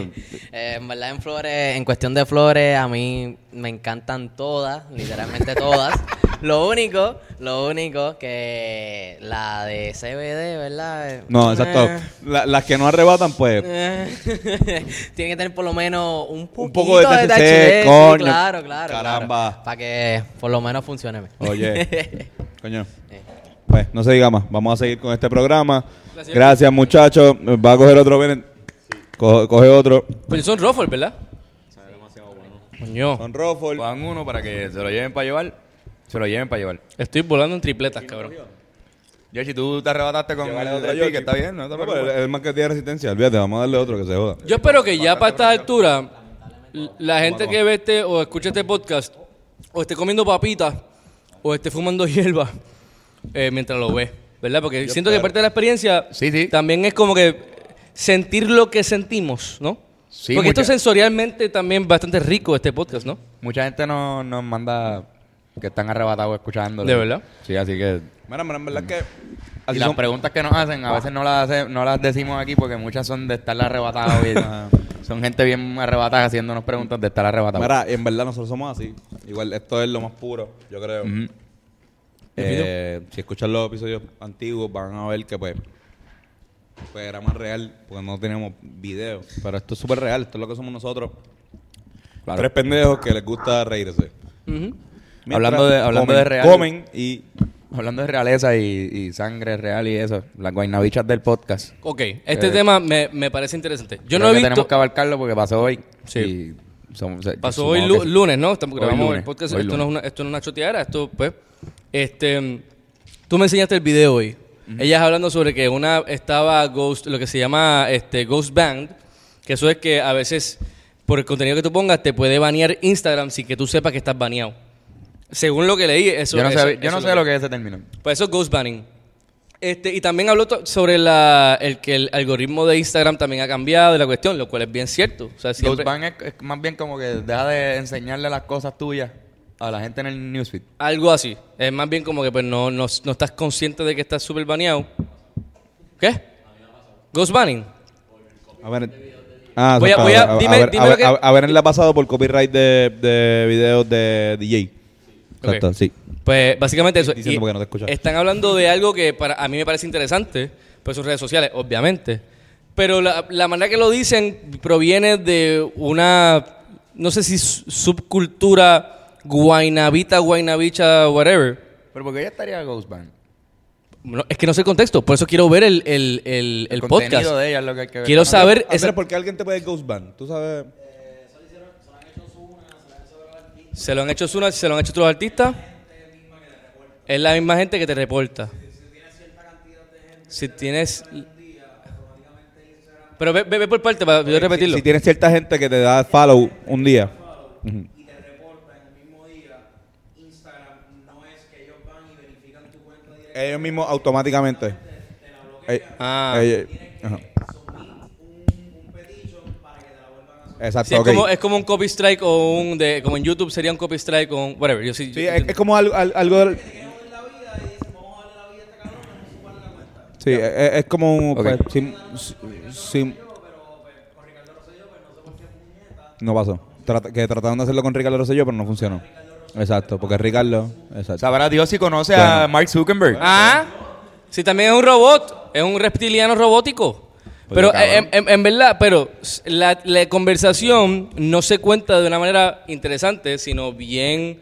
Speaker 7: Eh, en verdad, en flores, en cuestión de flores, a mí me encantan todas, literalmente todas. Lo único, lo único que la de CBD, ¿verdad? Eh,
Speaker 2: No, exacto.
Speaker 7: eh,
Speaker 2: La- las que no arrebatan, pues.
Speaker 7: eh, Tiene que tener por lo menos un,
Speaker 2: Un poco de
Speaker 7: poquito
Speaker 2: THC,
Speaker 7: sí,
Speaker 2: coño.
Speaker 7: claro, claro.
Speaker 2: Caramba.
Speaker 7: Ah. Para que por lo menos funcione.
Speaker 2: Oye. Coño.
Speaker 7: Eh,
Speaker 2: Pues no se diga más. Vamos a seguir con este programa.
Speaker 3: Gracias.
Speaker 2: Gracias, muchachos. Va a coger otro Bennett. Coge, coge otro.
Speaker 3: Pero son Ruffles, ¿verdad? Coño,
Speaker 2: Con Rofford.
Speaker 1: Cojan uno para que se lo lleven para llevar. Se lo lleven para llevar.
Speaker 3: estoy volando en tripletas, cabrón.
Speaker 1: Yoshi, tú te arrebataste con el,
Speaker 2: Llévale otro
Speaker 1: el
Speaker 2: Yoshi.
Speaker 1: pique, está bien, no te
Speaker 2: No,
Speaker 3: pues,
Speaker 2: pero
Speaker 3: eh,
Speaker 1: preocupes.
Speaker 2: el, el más que tiene resistencia, olvídate, vamos a darle otro que se joda.
Speaker 3: Yo espero que ya para esta altura, la gente que ve este o escucha este podcast, o esté comiendo papitas, o esté fumando hierba, eh, mientras lo ve, ¿verdad? Porque siento que parte de la experiencia
Speaker 1: Sí, sí.
Speaker 3: también es como que sentir lo que sentimos, ¿no?
Speaker 1: Sí,
Speaker 3: Porque esto
Speaker 1: mucha-
Speaker 3: sensorialmente también bastante rico, este podcast, ¿no?
Speaker 1: Mucha gente no- nos manda que están arrebatados escuchándolo.
Speaker 3: ¿De verdad?
Speaker 1: Sí, así que...
Speaker 2: Mira, mira, en verdad que.
Speaker 1: Y
Speaker 2: Así
Speaker 1: las
Speaker 2: son-
Speaker 1: preguntas que nos hacen, a veces no las, hace- no las decimos aquí porque muchas son de estar arrebatados. y- son gente bien arrebatada haciéndonos preguntas de estar arrebatados.
Speaker 2: Mira, en verdad nosotros somos así. Igual esto es lo más puro, yo creo. Eh, si escuchan los episodios antiguos van a ver que pues, pues era más real porque no teníamos video. Pero esto es súper real, esto es lo que somos nosotros. Tres pendejos que les gusta reírse. Mientras
Speaker 1: Hablando de- hablando
Speaker 2: comen-
Speaker 1: de real.
Speaker 2: Comen y
Speaker 1: Hablando de realeza y, y sangre real y eso, las guaynabichas del podcast.
Speaker 3: Ok, este
Speaker 1: Eh,
Speaker 3: tema me, me parece interesante. Yo
Speaker 1: Creo
Speaker 3: no he
Speaker 1: que
Speaker 3: visto...
Speaker 1: Tenemos que abarcarlo porque pasó hoy.
Speaker 3: Sí.
Speaker 1: Y son- se-
Speaker 3: Pasó
Speaker 1: supongo
Speaker 3: hoy
Speaker 1: que
Speaker 3: lu-
Speaker 1: sí.
Speaker 3: lunes, ¿no? Estamos
Speaker 1: Hoy
Speaker 3: grabamos el
Speaker 1: lunes,
Speaker 3: podcast.
Speaker 1: hoy
Speaker 3: Esto no, es
Speaker 1: lunes.
Speaker 3: una, esto no es una choteadera. Esto, pues. Este. mm, Tú me enseñaste el video hoy. Ellas hablando sobre que una estaba Ghost, lo que se llama este Ghost Band. Que eso es que a veces, por el contenido que tú pongas, te puede banear Instagram sin que tú sepas que estás baneado. Según lo que leí, eso
Speaker 1: yo no sé,
Speaker 3: eso-
Speaker 1: yo
Speaker 3: eso
Speaker 1: no
Speaker 3: es
Speaker 1: sé lo que es ese término.
Speaker 3: pues eso es ghost banning. Este, y también habló to- sobre la, el que el algoritmo de Instagram también ha cambiado y la cuestión, lo cual es bien cierto. O sea,
Speaker 1: Los
Speaker 3: siempre-
Speaker 1: ban es, es más bien como que deja de enseñarle las cosas tuyas a la gente en el newsfeed.
Speaker 3: Algo así. Es más bien como que pues no, no, no estás consciente de que estás súper baneado. ¿Qué? Ghost banning.
Speaker 2: A ver. Ah,
Speaker 3: Voy a-
Speaker 2: son
Speaker 3: voy a-
Speaker 2: palabras.
Speaker 3: dime-
Speaker 2: ver,
Speaker 3: dime
Speaker 2: a
Speaker 3: lo
Speaker 2: ver,
Speaker 3: que-
Speaker 2: a ver, a ver, le ha pasado por copyright de, de videos de DJ. Exacto,
Speaker 3: Ok.
Speaker 2: sí.
Speaker 3: Pues básicamente eso.
Speaker 2: Diciendo porque no te escuchas.
Speaker 3: Están hablando de algo que para a mí me parece interesante, pues sus redes sociales, obviamente. Pero la, la manera que lo dicen proviene de una, no sé si su- subcultura guainabita, guainabicha, whatever.
Speaker 1: Pero porque ella estaría ghost ban.
Speaker 3: No, es que no sé el contexto, por eso quiero ver el, el, el, el
Speaker 1: contenido
Speaker 3: podcast.
Speaker 1: de ella es lo que hay que ver.
Speaker 3: Quiero saber esa-
Speaker 2: Andrés, Ah, ¿por qué alguien te puede ghost ban? ¿Tú sabes?
Speaker 3: Se lo han hecho Zuna, se lo han hecho otros artistas. Es la misma gente que te reporta. Si tienes. Pero ve, ve- ve por parte para yo repetirlo.
Speaker 2: Si, si tienes cierta gente que te da follow un día. Ujú. Ellos mismos automáticamente. Eh,
Speaker 3: Ah.
Speaker 2: eh, ajá. Exacto,
Speaker 3: Sí, es,
Speaker 2: ok.
Speaker 3: como, es como un copy strike o un. De, como en YouTube sería un copy strike o un. Whatever. Yo sí.
Speaker 2: Sí,
Speaker 3: yo-
Speaker 2: es, es como algo, al- algo del- Sí, es, es- es como un-
Speaker 1: Ok.
Speaker 2: pues, sim- si- sim- no pasó. Trata- que trataron de hacerlo con Ricardo Rosselló, pero no funcionó. Exacto, porque Ricardo, exacto.
Speaker 1: Sabrá Dios si conoce a
Speaker 2: Bueno.
Speaker 1: Mark Zuckerberg.
Speaker 3: Ah, sí, también es un robot, es un reptiliano robótico. Pero
Speaker 1: Pues cabrón.
Speaker 3: en, en- en verdad, pero s- la, la conversación no se cuenta de una manera interesante, sino bien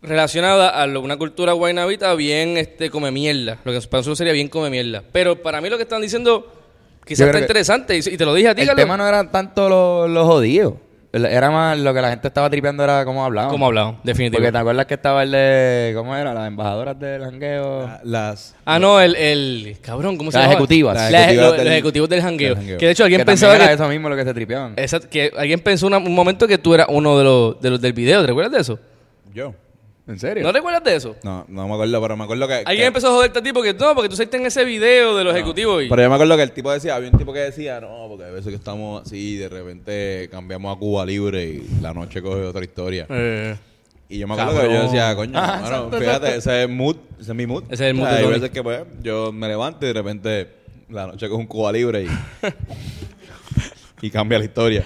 Speaker 3: relacionada a lo- una cultura guaynabita bien este come mierda. Lo que para nosotros sería bien come mierda. Pero para mí lo que están diciendo
Speaker 1: Yo
Speaker 3: quizás
Speaker 1: creo
Speaker 3: está
Speaker 1: que-
Speaker 3: interesante y, y te lo dije a ti,
Speaker 1: El
Speaker 3: Carlos.
Speaker 1: tema no era tanto lo, lo jodido. El- Era más lo que la gente estaba tripeando era cómo hablaban.
Speaker 3: Como hablado, definitivo.
Speaker 1: Porque te acuerdas que estaba el de... ¿Cómo era? Las embajadoras del jangueo.
Speaker 2: Las
Speaker 3: Ah, no, el, el cabrón, ¿cómo se
Speaker 1: Las
Speaker 3: llama?
Speaker 1: ejecutivas.
Speaker 3: Las
Speaker 2: Las
Speaker 3: ejecutivas
Speaker 2: ejecutivas
Speaker 3: los,
Speaker 2: del-
Speaker 3: los ejecutivos del jangueo.
Speaker 2: del jangueo.
Speaker 3: Que de hecho alguien
Speaker 1: que
Speaker 3: pensaba
Speaker 1: también
Speaker 3: que Eh,
Speaker 1: era eso mismo lo que se tripeaban.
Speaker 3: Exacto, que alguien pensó una- un momento que tú eras uno de los, de los del video, ¿te recuerdas de eso?
Speaker 2: yo.
Speaker 1: ¿En serio?
Speaker 3: ¿No recuerdas de eso?
Speaker 2: No, no me acuerdo, pero me acuerdo que
Speaker 3: Alguien
Speaker 2: que-
Speaker 3: empezó a joderte a ti porque no, porque tú saliste en ese video de los ejecutivos y...
Speaker 2: Pero yo me acuerdo que el tipo decía, había un tipo que decía, no, porque a veces que estamos así, de repente cambiamos a Cuba Libre y la noche coge otra historia.
Speaker 3: Eh,
Speaker 2: Y yo me acuerdo que yo decía, coño, hermano, fíjate, ese es mood, Ah, ese es mi mood.
Speaker 3: Ese es el mood
Speaker 2: O sea,
Speaker 3: de
Speaker 2: Hay
Speaker 3: Tony.
Speaker 2: veces que pues, yo me levanto y de repente la noche coge un Cuba Libre y, y cambia la historia.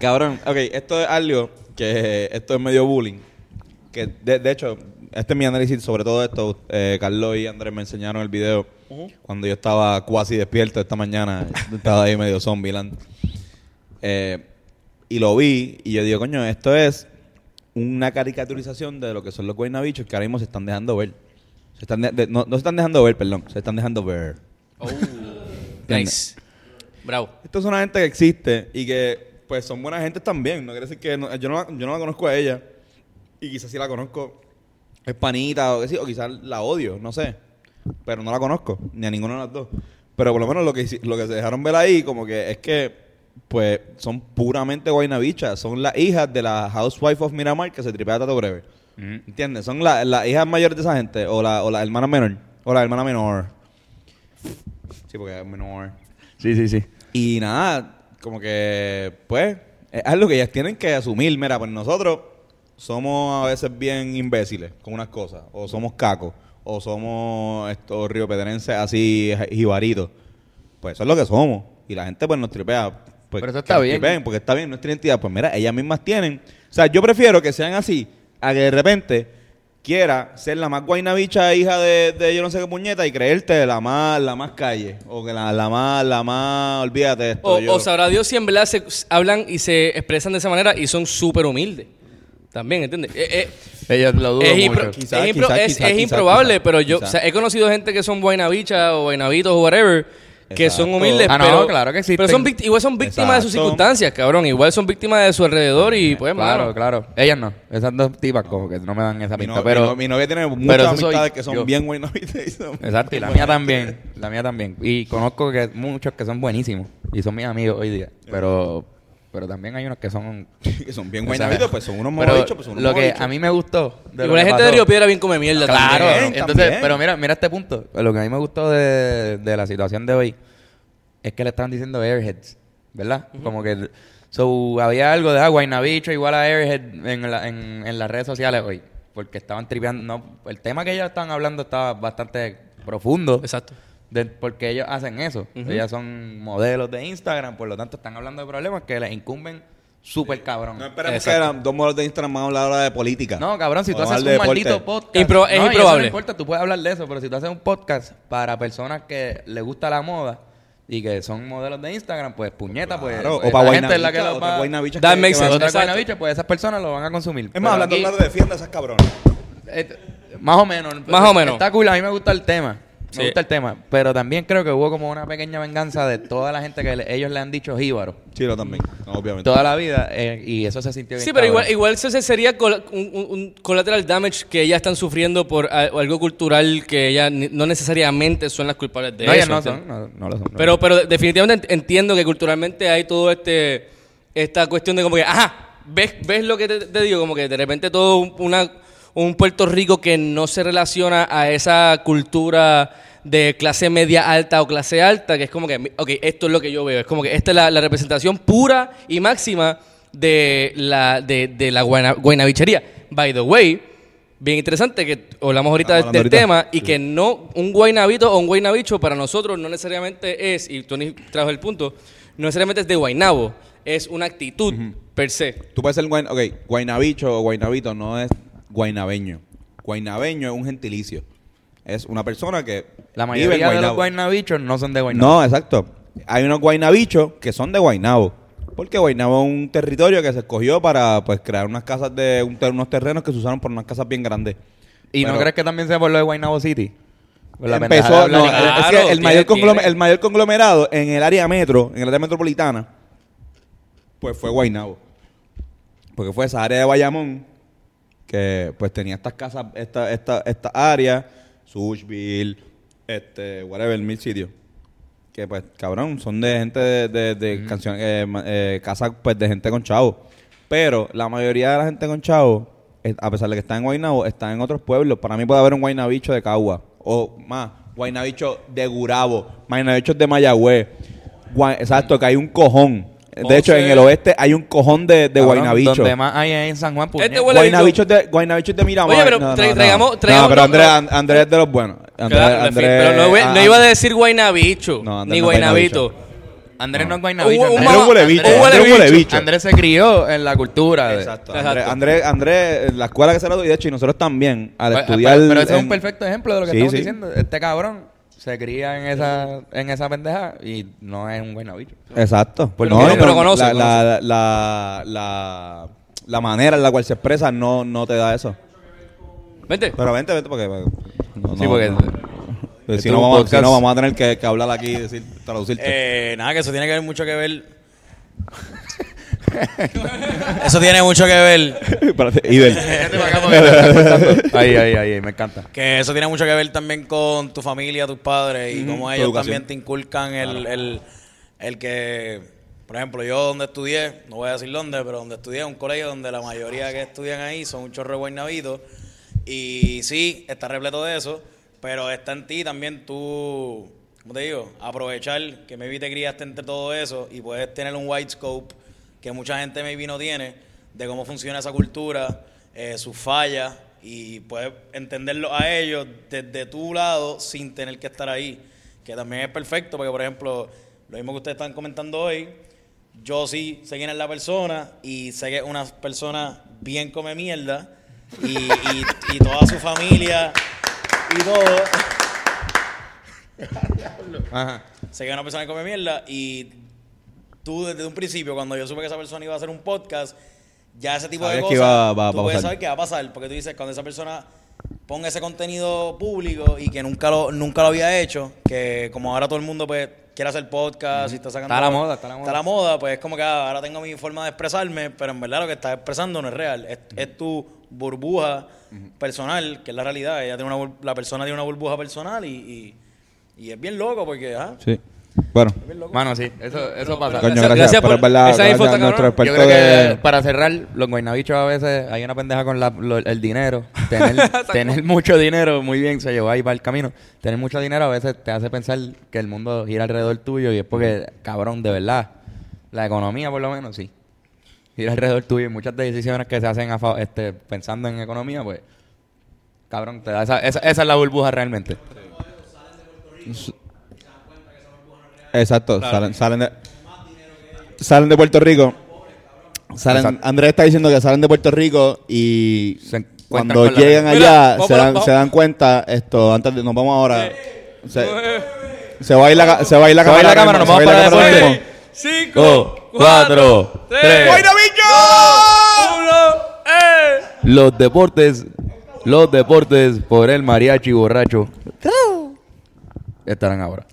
Speaker 2: Cabrón, ok, esto es algo que esto es medio bullying. Que de, de hecho, este es mi análisis sobre todo esto. Eh, Carlos y Andrés me enseñaron el video cuando yo estaba cuasi despierto esta mañana. estaba ahí medio zombieland. Eh, y lo vi y yo digo, coño, esto es una caricaturización de lo que son los guaynabichos que ahora mismo se están dejando ver. Se están de- de- no, no se están dejando ver, perdón. Se están dejando ver.
Speaker 3: Oh, nice. Bravo.
Speaker 2: Esto es una gente que existe y que, pues, son buena gente también. No quiere decir que no- yo, no, la- yo no la conozco a ella. Y quizás si la conozco es panita o, qué sé yo, o quizás la odio, no sé. Pero no la conozco, ni a ninguna de las dos. Pero por lo menos lo que, hici- lo que se dejaron ver ahí, como que es que, pues, son puramente guaynabichas. Son las hijas de la Housewife of Miramar que se tripea a Tato Breve. ¿Entiendes? Son la- las hijas mayores de esa gente o la, o la hermana menor. O la hermana menor. Sí, porque es menor.
Speaker 1: Sí, sí, sí.
Speaker 2: Y nada, como que, pues, es algo que ellas tienen que asumir. Mira, pues nosotros somos a veces bien imbéciles con unas cosas, o somos cacos, o somos estos riopedrenses así jibaritos. Pues eso es lo que somos. Y la gente, pues, nos tripea. Pues,
Speaker 1: Pero eso
Speaker 2: que
Speaker 1: está
Speaker 2: nos
Speaker 1: bien.
Speaker 2: tripeen, porque está bien nuestra identidad. Pues mira, ellas mismas tienen. O sea, yo prefiero que sean así, a que de repente quiera ser la más guaynabicha hija de, de yo no sé qué puñeta y creerte la más la más calle o que la, la más la más olvídate de esto
Speaker 3: O,
Speaker 2: yo-
Speaker 3: o sabrá Dios si en verdad se s- hablan y se expresan de esa manera y son súper humildes. También, ¿entiendes? Eh, eh,
Speaker 1: Ella lo dudo
Speaker 3: es, impro-
Speaker 1: mucho.
Speaker 3: es
Speaker 2: Quizás,
Speaker 3: impro-
Speaker 2: quizás,
Speaker 3: es-
Speaker 2: quizás,
Speaker 3: es
Speaker 2: quizás,
Speaker 3: improbable,
Speaker 2: quizás,
Speaker 3: pero yo o
Speaker 2: quizás.
Speaker 3: sea, he conocido gente que son buenavichas o buenavitos o whatever, que son
Speaker 2: Exacto.
Speaker 3: humildes,
Speaker 1: Ah, no,
Speaker 3: pero,
Speaker 1: claro que existen.
Speaker 3: pero son víct- igual son víctimas de sus
Speaker 2: Exacto.
Speaker 3: circunstancias, cabrón. Igual son víctimas de su alrededor y pues,
Speaker 1: Claro,
Speaker 3: mano,
Speaker 1: claro. Ellas no. Esas dos tipas como que no me dan esa
Speaker 2: mi,
Speaker 1: pinta.
Speaker 2: no- mi
Speaker 1: pero...
Speaker 2: no- mi novia tiene
Speaker 1: pero
Speaker 2: muchas
Speaker 1: eso soy
Speaker 2: amistades que son
Speaker 1: yo.
Speaker 2: bien guaynabitas y son-
Speaker 1: Exacto, y la mía también. La mía también. Y conozco que muchos que son buenísimos y son mis amigos hoy día.
Speaker 2: Eh.
Speaker 1: Pero, pero también hay unos que son.
Speaker 2: que son bien
Speaker 1: buenos
Speaker 2: guaynabitos pues son unos mamabichos pues son unos
Speaker 1: Lo que
Speaker 2: mamabichos.
Speaker 1: a mí me gustó. de lo
Speaker 3: igual la
Speaker 1: que
Speaker 3: gente de
Speaker 1: pasó-
Speaker 3: Río Piedra bien come mierda.
Speaker 1: Claro,
Speaker 3: también.
Speaker 2: También,
Speaker 1: entonces,
Speaker 2: también.
Speaker 1: pero mira, mira este punto. Lo que a mí me gustó de, de la situación de hoy es que le estaban diciendo airheads, ¿verdad? Como que so, había algo de ah, Guaynabicho igual a airhead en, la- en, en las redes sociales hoy. Porque estaban tripeando. No, el tema que ellos estaban hablando estaba bastante profundo.
Speaker 3: Exacto.
Speaker 1: de- porque ellos hacen eso. Ellas son modelos de Instagram, por lo tanto están hablando de problemas que les incumben súper cabrón.
Speaker 2: no esperemos que
Speaker 3: Exacto.
Speaker 2: eran dos modelos de Instagram más hablar ahora de política
Speaker 1: No, cabrón, si
Speaker 2: O
Speaker 1: tú haces
Speaker 2: hablar de
Speaker 1: un
Speaker 2: deporte.
Speaker 1: maldito podcast.
Speaker 3: Impro-
Speaker 1: no,
Speaker 3: es
Speaker 1: y eso
Speaker 3: improbable.
Speaker 1: No importa, tú puedes hablar de eso, pero si tú haces un podcast para personas que les gusta la moda y que son modelos de Instagram, pues puñeta, pues.
Speaker 2: Claro,
Speaker 1: pues,
Speaker 2: o para
Speaker 1: la gente es la que
Speaker 2: guaynabichas,
Speaker 1: lo
Speaker 2: otras
Speaker 1: va-
Speaker 2: guaynabichas
Speaker 3: That
Speaker 2: que-
Speaker 3: makes
Speaker 2: que van-
Speaker 3: sense.
Speaker 1: otras
Speaker 3: Exacto.
Speaker 1: guaynabichas, pues esas personas lo van a consumir.
Speaker 2: es más hablando
Speaker 1: aquí,
Speaker 2: hablando de defienda a esas cabronas
Speaker 1: eh, más o menos.
Speaker 3: Más o menos.
Speaker 1: Está cool, a mí me gusta el tema. Me
Speaker 3: Sí.
Speaker 1: gusta el tema. Pero también creo que hubo como una pequeña venganza de toda la gente que le- ellos le han dicho jíbaro.
Speaker 2: chilo también no, obviamente
Speaker 1: Toda la vida. eh, y eso se sintió bien.
Speaker 3: Sí, pero
Speaker 1: cabrón.
Speaker 3: igual, igual eso se- sería col- un, un- un collateral damage que ellas están sufriendo por a- algo cultural que ellas ni- no necesariamente son las culpables de
Speaker 1: No, ellas
Speaker 3: eso.
Speaker 1: no
Speaker 3: ¿entiendes?
Speaker 1: son. No, no lo son. no
Speaker 3: Pero, pero definitivamente entiendo que culturalmente hay todo este esta cuestión de como que, ajá, ves, ves lo que te, te digo, como que de repente todo un, una- un Puerto Rico que no se relaciona a esa cultura de clase media alta o clase alta, que es como que, ok, esto es lo que yo veo, es como que esta es la, la representación pura y máxima de la, de, de la guayna- guaynabichería. By the way, bien interesante que hablamos ahorita
Speaker 2: Estamos
Speaker 3: del, del
Speaker 2: hablando ahorita.
Speaker 3: tema y que no un guaynabito o un guaynabicho para nosotros no necesariamente es, y Tony trajo el punto, no necesariamente es de guaynabo, es una actitud per se.
Speaker 2: Tú puedes ser guain, ok, guaynabicho o guainabito no es guainabeño. Guainabeño es un gentilicio. Es una persona que
Speaker 1: La
Speaker 2: vive en
Speaker 1: mayoría de los
Speaker 2: Guaynabo.
Speaker 1: guaynabichos no son de Guaynabo.
Speaker 2: No, exacto. Hay unos guaynabichos que son de Guainabo. Porque Guainabo es un territorio que se escogió para pues crear unas casas de un ter- unos terrenos que se usaron por unas casas bien grandes.
Speaker 1: ¿Y no
Speaker 2: Pero-
Speaker 1: crees que también sea por lo de Guaynabo City? Por la pendeja de
Speaker 2: Empezó,
Speaker 1: hablar
Speaker 2: no, ah,
Speaker 1: inglés.
Speaker 3: inglés.
Speaker 2: es
Speaker 3: Claro,
Speaker 2: que el
Speaker 3: tiene-
Speaker 2: mayor, conglome-
Speaker 3: tiene.
Speaker 2: el mayor conglomerado en el área metro, en el área metropolitana, pues fue Guaynabo. Porque fue esa área de Bayamón que pues tenía estas casas, esta, esta, esta área, Sushville, este, whatever, mil sitios. Que pues, cabrón, son de gente de, de, de canciones, eh, ma- eh, casas pues de gente con chavo. Pero la mayoría de la gente con chavo, eh, a pesar de que está en Guaynabo, está en otros pueblos. Para mí puede haber un guaynabicho de Cagua. O más, guaynabicho de Gurabo, guaynabichos de Mayagüez. Guay- exacto, que hay un cojón. De hecho, en el oeste hay un cojón de, de
Speaker 1: Oh, Cabrón,
Speaker 2: guaynabicho.
Speaker 1: Donde más hay es en San Juan, puñet.
Speaker 3: Este huele-
Speaker 2: Guaynabichos de, guaynabichos de Miramar.
Speaker 3: Oye, pero
Speaker 2: No, no,
Speaker 3: tra-
Speaker 2: no.
Speaker 3: traigamos- traigamos-
Speaker 2: No, pero
Speaker 3: no,
Speaker 2: Andrés,
Speaker 3: no.
Speaker 2: And- Andrés es de los buenos. Andrés,
Speaker 3: Claro, en fin,
Speaker 2: Andrés-
Speaker 3: pero no,
Speaker 2: ah,
Speaker 3: no iba a decir guaynabicho,
Speaker 2: No, Andrés
Speaker 3: ni
Speaker 2: no es
Speaker 3: guaynabito.
Speaker 1: Andrés no es guaynabicho.
Speaker 3: Un- un
Speaker 1: Andrés-
Speaker 2: Andrés
Speaker 3: mamá-
Speaker 2: huele bicho.
Speaker 3: un huele
Speaker 2: Andrés huele
Speaker 3: bicho.
Speaker 2: bicho.
Speaker 1: Andrés se crió en la cultura. de-
Speaker 2: Exacto.
Speaker 3: Exacto.
Speaker 2: Andrés, Andrés, Andrés, la escuela que se lo y de hecho, y nosotros también, al
Speaker 3: Pues,
Speaker 1: Pero-
Speaker 2: estudiar.
Speaker 1: Pues, Pero, pero ese es
Speaker 2: en-
Speaker 1: un perfecto ejemplo de lo que
Speaker 2: Sí,
Speaker 1: estamos
Speaker 2: sí.
Speaker 1: diciendo. Este cabrón se cría en esa, en esa pendeja y no es un guaynabicho.
Speaker 2: Exacto. Pues
Speaker 1: Porque
Speaker 2: No,
Speaker 1: no,
Speaker 2: no,
Speaker 1: pero
Speaker 2: no,
Speaker 3: conoce,
Speaker 2: la, la, la, la, la manera en la cual se expresa no, no te da eso.
Speaker 3: Vente.
Speaker 2: Pero vente, vente, porque. pues, No,
Speaker 1: sí,
Speaker 2: no,
Speaker 1: porque.
Speaker 2: no. Pues
Speaker 1: Este
Speaker 2: Si
Speaker 1: es
Speaker 2: no,
Speaker 1: un
Speaker 2: vamos, si
Speaker 1: podcast.
Speaker 2: no, vamos a tener que, que hablar aquí y decir, traducirte.
Speaker 6: Eh, nada, que eso tiene que ver mucho que ver. eso tiene mucho que ver.
Speaker 2: Espérate, Iber.
Speaker 1: Ahí, ahí, ahí, me encanta.
Speaker 6: Que eso tiene mucho que ver también con tu familia, tus padres y cómo
Speaker 2: tu
Speaker 6: ellos
Speaker 2: educación.
Speaker 6: también te inculcan el, el, el que. Por ejemplo, yo donde estudié, no voy a decir dónde, pero donde estudié, un colegio donde la mayoría que estudian ahí son un chorro de guaynabitos. Y sí, está repleto de eso, pero está en ti también tú, ¿cómo te digo? Aprovechar que maybe te criaste entre todo eso y puedes tener un wide scope que mucha gente maybe no tiene de cómo funciona esa cultura, eh, sus fallas y puedes entenderlo a ellos desde tu lado sin tener que estar ahí, que también es perfecto porque, por ejemplo, lo mismo que ustedes están comentando hoy, yo sí sé quién es la persona y sé que es una persona bien come mierda y, y- y toda su familia y todo. Sé que es una persona que come mierda y tú desde un principio, cuando yo supe que esa persona iba a hacer un podcast, ya ese tipo de
Speaker 2: Sabías
Speaker 6: cosas,
Speaker 2: que iba- va-
Speaker 6: tú
Speaker 2: va a
Speaker 6: puedes
Speaker 2: pasar.
Speaker 6: saber que va a pasar, porque tú dices, cuando esa persona ponga ese contenido público y que nunca lo, nunca lo había hecho, que como ahora todo el mundo pues quiere hacer podcast y está sacando...
Speaker 1: Está a la moda, está a la moda.
Speaker 6: Está a la moda, pues es como que ah, ahora tengo mi forma de expresarme, pero en verdad lo que estás expresando no es real. Es, es tu burbuja personal, que es la realidad. Ella tiene una, bur- la persona tiene una burbuja personal y, y, y es bien loco porque... ajá,
Speaker 2: Sí. Bueno,
Speaker 1: Mano, sí, eso, eso pasa.
Speaker 2: coño, gracias,
Speaker 3: gracias
Speaker 2: pero
Speaker 3: por
Speaker 2: es verdad,
Speaker 3: esa info,
Speaker 2: gracias a
Speaker 3: está
Speaker 2: nuestro
Speaker 1: Yo
Speaker 2: experto
Speaker 1: creo que
Speaker 2: de...
Speaker 1: para cerrar, los guaynabichos a veces hay una pendeja con la- lo- el dinero. Tener, tener mucho dinero, muy bien, se llevó ahí para el camino. Tener mucho dinero a veces te hace pensar que el mundo gira alrededor tuyo y es porque, cabrón, de verdad, la economía por lo menos, sí. Gira alrededor tuyo y muchas decisiones que se hacen a fa- este, pensando en economía, pues, cabrón, te da esa, esa, esa es la burbuja realmente.
Speaker 2: Exacto, salen, salen de... Salen de Puerto Rico. Salen,
Speaker 1: Exacto.
Speaker 2: Andrés está diciendo que salen de Puerto Rico y
Speaker 1: Se encuentran
Speaker 2: cuando
Speaker 1: con la
Speaker 2: llegan
Speaker 3: realidad. Mira,
Speaker 2: allá
Speaker 3: vamos
Speaker 2: se
Speaker 3: para-
Speaker 2: dan,
Speaker 3: vamos.
Speaker 2: se dan cuenta, esto, antes de, nos vamos ahora. Se,
Speaker 3: Eh,
Speaker 2: se va a ir la, ca- se va a ir la
Speaker 1: Se va a ir la
Speaker 2: ahora
Speaker 1: cámara, nos
Speaker 2: mismo, se
Speaker 1: vamos
Speaker 2: va a ir la
Speaker 1: para
Speaker 2: cámara
Speaker 1: pues. después.
Speaker 2: ahora mismo.
Speaker 3: Cinco,
Speaker 1: Dos, cuatro, tres.
Speaker 3: uno, ¡eh!
Speaker 1: Los deportes, los deportes por el mariachi borracho estarán ahora.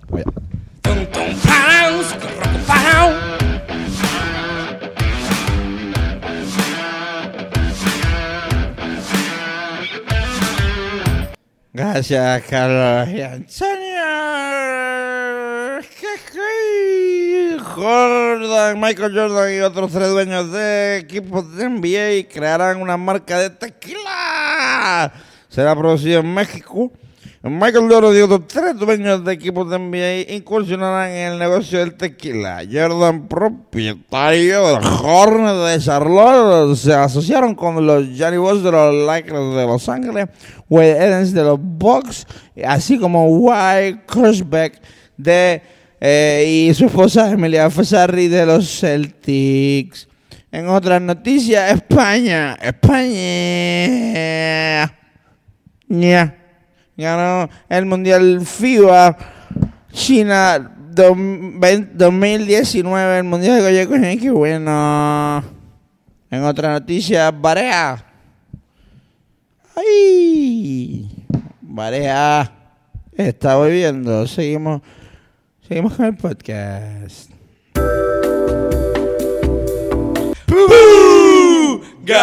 Speaker 2: Gracias, Carlos y Antonio. Jeje. Jordan, Michael Jordan y otros tres dueños de equipos de NBA crearán una marca de tequila. Será producida en México. Michael Jordan y otros tres dueños de equipos de NBA incursionarán en el negocio del tequila. Jordan, propietario de Hornets de Charlotte, se asociaron con los Johnny Boys de los Lakers de Los Ángeles, Wade Edens de los Bucks, así como White Crosbeck de eh, y su esposa Emilia Fasarri de los Celtics. En otras noticias, España, España. Ya. Ganó el Mundial FIBA China dom- vein- 2019, el Mundial de Goya Coño, qué bueno. En otra noticia, Barea. ¡Ay! Barea está volviendo. Seguimos, seguimos con el podcast.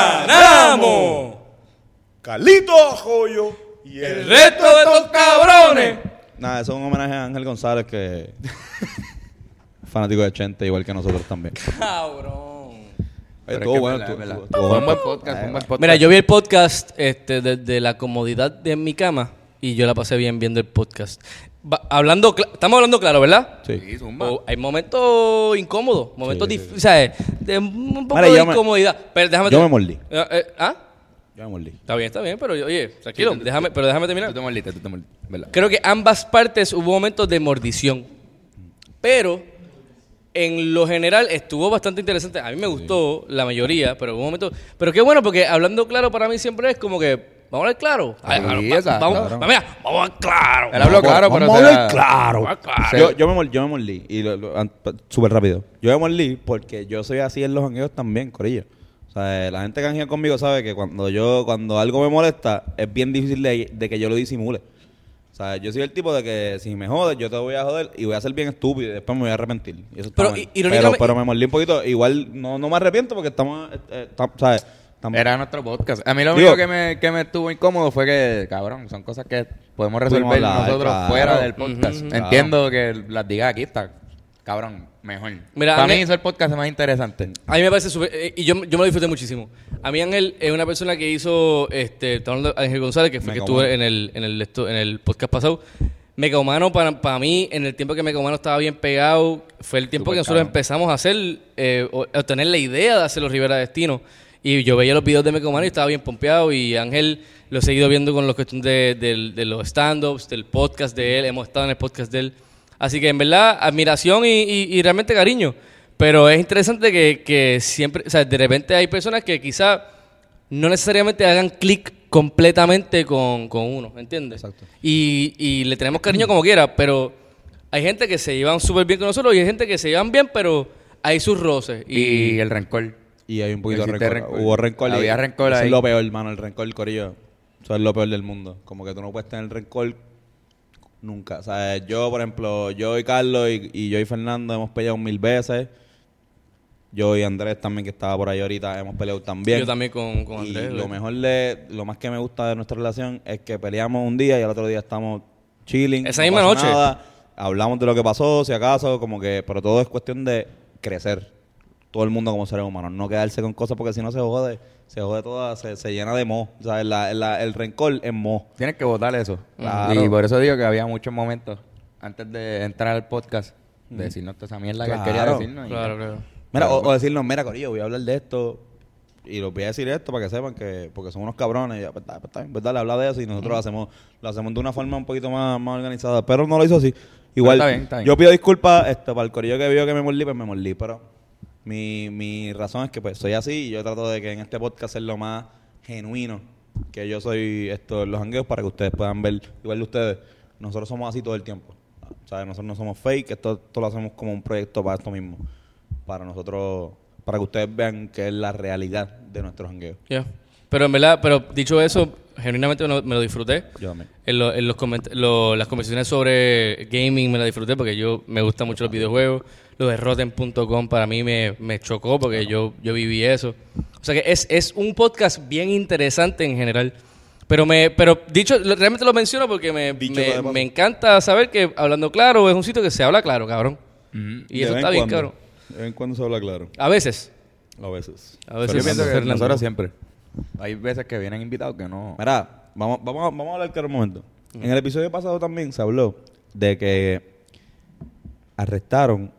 Speaker 3: ¡Ganamos!
Speaker 2: Calito Joyo y
Speaker 3: El resto de estos cabrones.
Speaker 2: Nada, eso es un homenaje a Ángel González que... fanático de Chente, igual que nosotros también.
Speaker 3: Cabrón.
Speaker 1: Pero es
Speaker 2: Estuvo
Speaker 1: que
Speaker 2: bueno,
Speaker 1: es verdad,
Speaker 2: estuvo-
Speaker 1: es
Speaker 2: estuvo
Speaker 1: verdad. Fue un
Speaker 2: bueno.
Speaker 1: buen podcast, fue un buen podcast.
Speaker 3: eh, Mira, yo vi el podcast este, desde la comodidad de mi cama y yo la pasé bien viendo el podcast. Va- hablando, cla- estamos hablando claro, ¿verdad?
Speaker 2: Sí.
Speaker 1: Oh,
Speaker 3: O- hay momentos incómodos, momentos
Speaker 2: Sí, sí,
Speaker 3: dif- o sea, eh, de un poco
Speaker 2: Mira,
Speaker 3: de
Speaker 2: yo me-
Speaker 3: incomodidad. pero déjame
Speaker 2: yo
Speaker 3: ter-
Speaker 2: me mordí.
Speaker 3: Eh, eh, ¿Ah?
Speaker 2: Ya me mordí.
Speaker 3: Está bien, está bien, pero yo- oye, tranquilo, déjame, pero déjame terminar.
Speaker 1: Tú te mordiste, tú te mordiste, ¿verdad?
Speaker 3: Creo que ambas partes hubo momentos de mordición. Pero en lo general estuvo bastante interesante. A mí me gustó la mayoría, pero hubo momentos. Pero qué bueno, porque hablando claro para mí siempre es como que. Vamos a hablar claro. Ay,
Speaker 1: Sí,
Speaker 3: va- va-
Speaker 1: exacto.
Speaker 3: vamos, va- mira, vamos a hablar claro.
Speaker 1: Él habló claro, pero Ah,
Speaker 2: Vamos a
Speaker 1: será-
Speaker 2: hablar claro.
Speaker 3: Vamos a hablar claro.
Speaker 1: Sí.
Speaker 2: Yo, yo me mol- yo me mordí, y lo- lo- an- pa- súper rápido. Yo me mordí porque yo soy así en los jangueos también, corillo. O sea, eh, la gente que janguea conmigo sabe que cuando yo, cuando algo me molesta, es bien difícil de, de que yo lo disimule. sea, yo soy el tipo de que si me jodes, yo te voy a joder y voy a ser bien estúpido y después me voy a arrepentir. Y eso está
Speaker 3: Pero,
Speaker 2: mal.
Speaker 3: i- irónicamente-
Speaker 2: pero, pero me mordí un poquito. Igual no, no me arrepiento porque estamos, eh, eh, tam- ¿sabes? Estamos-
Speaker 1: Era nuestro podcast. A mí lo
Speaker 2: Digo-
Speaker 1: único que me, que me estuvo incómodo fue que, cabrón, son cosas que podemos resolver
Speaker 2: Pudimos hablar,
Speaker 1: nosotros
Speaker 2: claro.
Speaker 1: fuera del podcast.
Speaker 2: Ujú, ujú.
Speaker 1: Entiendo que las digas aquí está, cabrón, mejor.
Speaker 3: Mira,
Speaker 1: Para
Speaker 3: a mí-
Speaker 1: mí hizo el podcast más interesante.
Speaker 3: A mí me parece súper. eh, y yo, yo me lo disfruté muchísimo. A mí Ángel es una persona que hizo. Este, estamos hablando de Ángel González, que fue
Speaker 2: Me
Speaker 3: que
Speaker 2: como.
Speaker 3: estuvo en el, en el, esto- en el podcast pasado. Mecahumano, para, para mí, en el tiempo que Mecahumano estaba bien pegado, fue el tiempo que nosotros empezamos a hacer, eh, o- a tener la idea de hacer los Rivera Destino. Y yo veía los videos de Mecahumano y estaba bien pompeado. Y Ángel lo he seguido viendo con los cuestiones de, del- de los stand-ups, del podcast de él. Hemos estado en el podcast de él. Así que en verdad, admiración y, y- y realmente cariño. Pero es interesante que, que siempre, o sea, de repente hay personas que quizá no necesariamente hagan clic completamente con, con uno, ¿entiendes? Exacto. Y, y le tenemos cariño como quiera, pero hay gente que se llevan súper bien con nosotros y hay gente que se llevan bien, pero hay sus roces. Y,
Speaker 1: Y, el rencor.
Speaker 2: Y hay un poquito de
Speaker 1: Existe
Speaker 2: rencor.
Speaker 1: rencor.
Speaker 2: Hubo rencor. y-
Speaker 1: Había rencor
Speaker 2: Eso
Speaker 1: ahí.
Speaker 2: es lo peor, hermano, el rencor, el corillo. Eso es lo peor del mundo. Como que tú no puedes tener rencor nunca. O sea, yo, por ejemplo, yo y Carlos y, y yo y Fernando hemos peleado mil veces. Yo y Andrés también, que estaba por ahí ahorita, hemos peleado también.
Speaker 3: yo también con, con
Speaker 2: Y
Speaker 3: Andrés.
Speaker 2: lo mejor, de, lo más que me gusta de nuestra relación es que peleamos un día y al otro día estamos chilling.
Speaker 3: Esa
Speaker 2: no
Speaker 3: misma
Speaker 2: pasa
Speaker 3: noche.
Speaker 2: nada, hablamos de lo que pasó, si acaso, como que, pero todo es cuestión de crecer. Todo el mundo como seres humanos, no quedarse con cosas porque si no se jode, se jode toda, se, se llena de mo. O sea, la- la- el rencor es mo.
Speaker 1: Tienes que votar eso.
Speaker 2: Claro.
Speaker 1: Y por eso digo que había muchos momentos antes de entrar al podcast de decirnos toda esa mierda que él quería
Speaker 2: Claro.
Speaker 1: decirnos. y-
Speaker 3: Claro, claro.
Speaker 2: Mira, o, o decirnos, mira, Corillo, voy a hablar de esto y los voy a decir esto para que sepan que, porque son unos cabrones. Y, yo, pues, da- pues, está bien, pues, dale, habla de eso y nosotros lo hacemos, lo hacemos de una forma un poquito más, más organizada. Pero no lo hizo así. Igual,
Speaker 1: está bien, está bien.
Speaker 2: yo pido disculpas este, para el Corillo que vio que me mordí, pues me mordí, pero mi, mi razón es que pues soy así y yo trato de que en este podcast es lo más genuino que yo soy esto en los hangueos para que ustedes puedan ver, igual de ustedes, nosotros somos así todo el tiempo. O sea, nosotros no somos fake, esto, esto lo hacemos como un proyecto para esto mismo para nosotros, para que ustedes vean que es la realidad de nuestros jangueos.
Speaker 3: Ya. Pero en verdad, pero dicho eso, genuinamente me lo, me lo disfruté.
Speaker 2: Yo también.
Speaker 3: En, lo- en los coment- lo- las conversaciones sobre gaming me las disfruté porque yo me gustan mucho los videojuegos. Lo de Rotten.com para mí me, me chocó porque yo, yo viví eso. O sea que es, es un podcast bien interesante en general. Pero me pero dicho, lo- realmente lo menciono porque me,
Speaker 2: Dicho
Speaker 3: me-
Speaker 2: sea de paso.
Speaker 3: me encanta saber que Hablando Claro es un sitio que se habla claro, cabrón. Y
Speaker 2: De
Speaker 3: eso
Speaker 2: vez
Speaker 3: está
Speaker 2: en
Speaker 3: bien,
Speaker 2: cuando.
Speaker 3: cabrón.
Speaker 2: De vez en cuando se habla claro,
Speaker 3: A veces.
Speaker 2: a veces.
Speaker 3: A veces.
Speaker 1: Yo pienso que
Speaker 3: Fernando.
Speaker 1: nosotros siempre. Hay veces que vienen invitados que no.
Speaker 2: Mira, vamos, vamos, a- vamos a hablar claro un momento. En el episodio pasado también se habló de que arrestaron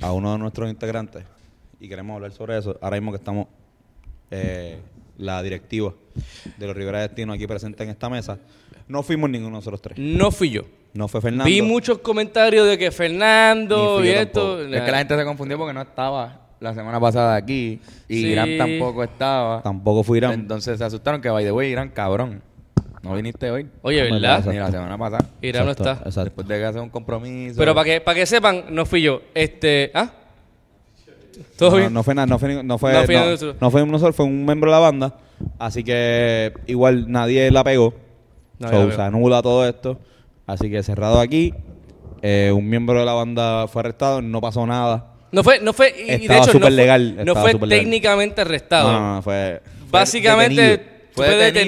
Speaker 2: a uno de nuestros integrantes y queremos hablar sobre eso. Ahora mismo que estamos eh, la directiva de los Rivera Destino aquí presente en esta mesa, no fuimos ninguno de nosotros tres.
Speaker 3: No fui yo.
Speaker 2: No fue Fernando.
Speaker 3: Vi muchos comentarios de que Fernando
Speaker 2: Ni
Speaker 3: y
Speaker 2: fui yo
Speaker 3: esto.
Speaker 1: Es que la gente se confundió porque no estaba la semana pasada aquí y
Speaker 3: Sí.
Speaker 1: Irán tampoco estaba.
Speaker 2: Tampoco fue Irán.
Speaker 1: Entonces se asustaron que, by the way, Irán, cabrón. No viniste hoy.
Speaker 3: Oye, ¿verdad?
Speaker 1: Ni la semana pasada.
Speaker 3: Irán no está.
Speaker 2: Exacto.
Speaker 1: Después de que hacer un compromiso.
Speaker 3: Pero para que, para que sepan, no fui yo. Este. ¿Ah? ¿Todo
Speaker 2: no,
Speaker 3: bien?
Speaker 2: No fue nada, no fue ni- no fue
Speaker 3: No fue
Speaker 2: no-
Speaker 3: nosotros.
Speaker 2: no fue un nosotros, fue un miembro de la banda, así que igual nadie la pegó.
Speaker 3: Nadie
Speaker 2: So,
Speaker 3: la pegó.
Speaker 2: se anula todo esto, así que cerrado aquí. eh, un miembro de la banda fue arrestado, no pasó nada.
Speaker 3: No fue, no fue, y- y de
Speaker 2: Estaba
Speaker 3: hecho no fue,
Speaker 2: superlegal,
Speaker 3: no
Speaker 2: estaba
Speaker 3: fue
Speaker 2: superlegal.
Speaker 3: técnicamente arrestado.
Speaker 2: No, no, no, fue fue
Speaker 3: Básicamente
Speaker 2: detenido.
Speaker 3: fue,
Speaker 1: Fue
Speaker 3: detenido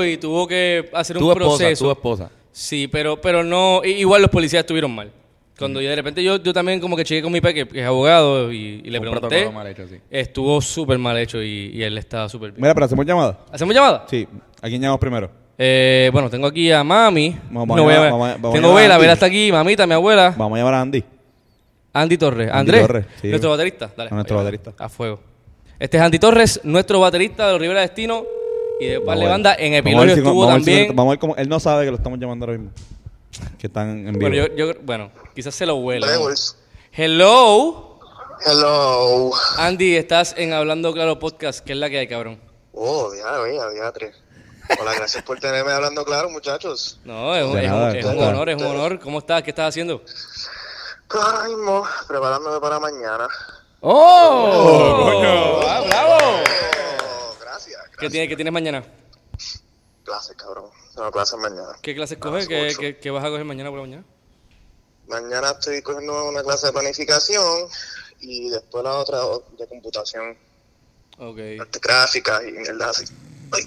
Speaker 1: detenido.
Speaker 3: y tuvo que hacer
Speaker 1: tu
Speaker 3: un
Speaker 1: esposa,
Speaker 3: proceso.
Speaker 1: tu esposa.
Speaker 3: Sí, pero, pero no, i- igual los policías estuvieron mal. Cuando yo de repente yo, yo también como que chequé con mi papá que, que es abogado y, y le
Speaker 1: Un
Speaker 3: pregunté.
Speaker 1: protocolo mal hecho, sí.
Speaker 3: Estuvo súper mal hecho y, y él estaba súper bien.
Speaker 2: Mira, pero hacemos llamada.
Speaker 3: ¿Hacemos llamada?
Speaker 2: Sí, ¿a quién llamamos primero?
Speaker 3: Eh, bueno, tengo aquí a mami.
Speaker 2: Vamos a
Speaker 3: No,
Speaker 2: llamar-
Speaker 3: voy a-
Speaker 2: vamos a- vamos a llamar
Speaker 3: tengo
Speaker 2: a
Speaker 3: Vela,
Speaker 2: Andy.
Speaker 3: Vela está aquí, mamita, mi abuela.
Speaker 2: Vamos a llamar a Andy.
Speaker 3: Andy Torres.
Speaker 2: Andy
Speaker 3: Andrés,
Speaker 2: Torres, sí.
Speaker 3: nuestro baterista. Dale,
Speaker 2: A nuestro
Speaker 3: ahí va.
Speaker 2: baterista.
Speaker 3: A fuego. Este es Andy Torres, nuestro baterista de los Rivera Destino y de Parle Banda. En
Speaker 2: Vamos a
Speaker 3: Epilorio
Speaker 2: ver si-
Speaker 3: estuvo
Speaker 2: vamos a ver si-
Speaker 3: también.
Speaker 2: Vamos a ver cómo él no sabe que lo estamos llamando ahora mismo. Que están en vivo.
Speaker 3: bueno, yo, yo- bueno, quizás se lo huela.
Speaker 8: Levels.
Speaker 3: Hello,
Speaker 8: Hello.
Speaker 3: Andy, estás en Hablando Claro Podcast, que es la que hay, cabrón.
Speaker 8: Oh, diablo, mira, diatre. Hola, gracias por tenerme hablando claro, muchachos.
Speaker 3: No, es, un-
Speaker 2: De
Speaker 3: es
Speaker 2: nada,
Speaker 3: un, es un
Speaker 2: claro.
Speaker 3: honor, es un honor. ¿Cómo estás? ¿Qué estás haciendo?
Speaker 8: Ahora mismo, preparándome para mañana.
Speaker 1: ¡Oh!
Speaker 8: ¡Bravo! gracias.
Speaker 3: ¿Qué, tiene, ¿Qué tienes mañana?
Speaker 8: clases, cabrón. Tengo clases mañana.
Speaker 3: ¿Qué clases
Speaker 8: A
Speaker 3: coges?
Speaker 8: las
Speaker 3: ¿Qué,
Speaker 8: ocho.
Speaker 3: qué, qué vas a coger mañana por la mañana?
Speaker 8: Mañana estoy cogiendo una clase de planificación y después la otra de computación,
Speaker 3: Ok.
Speaker 8: artes gráficas y mierda así. Ay,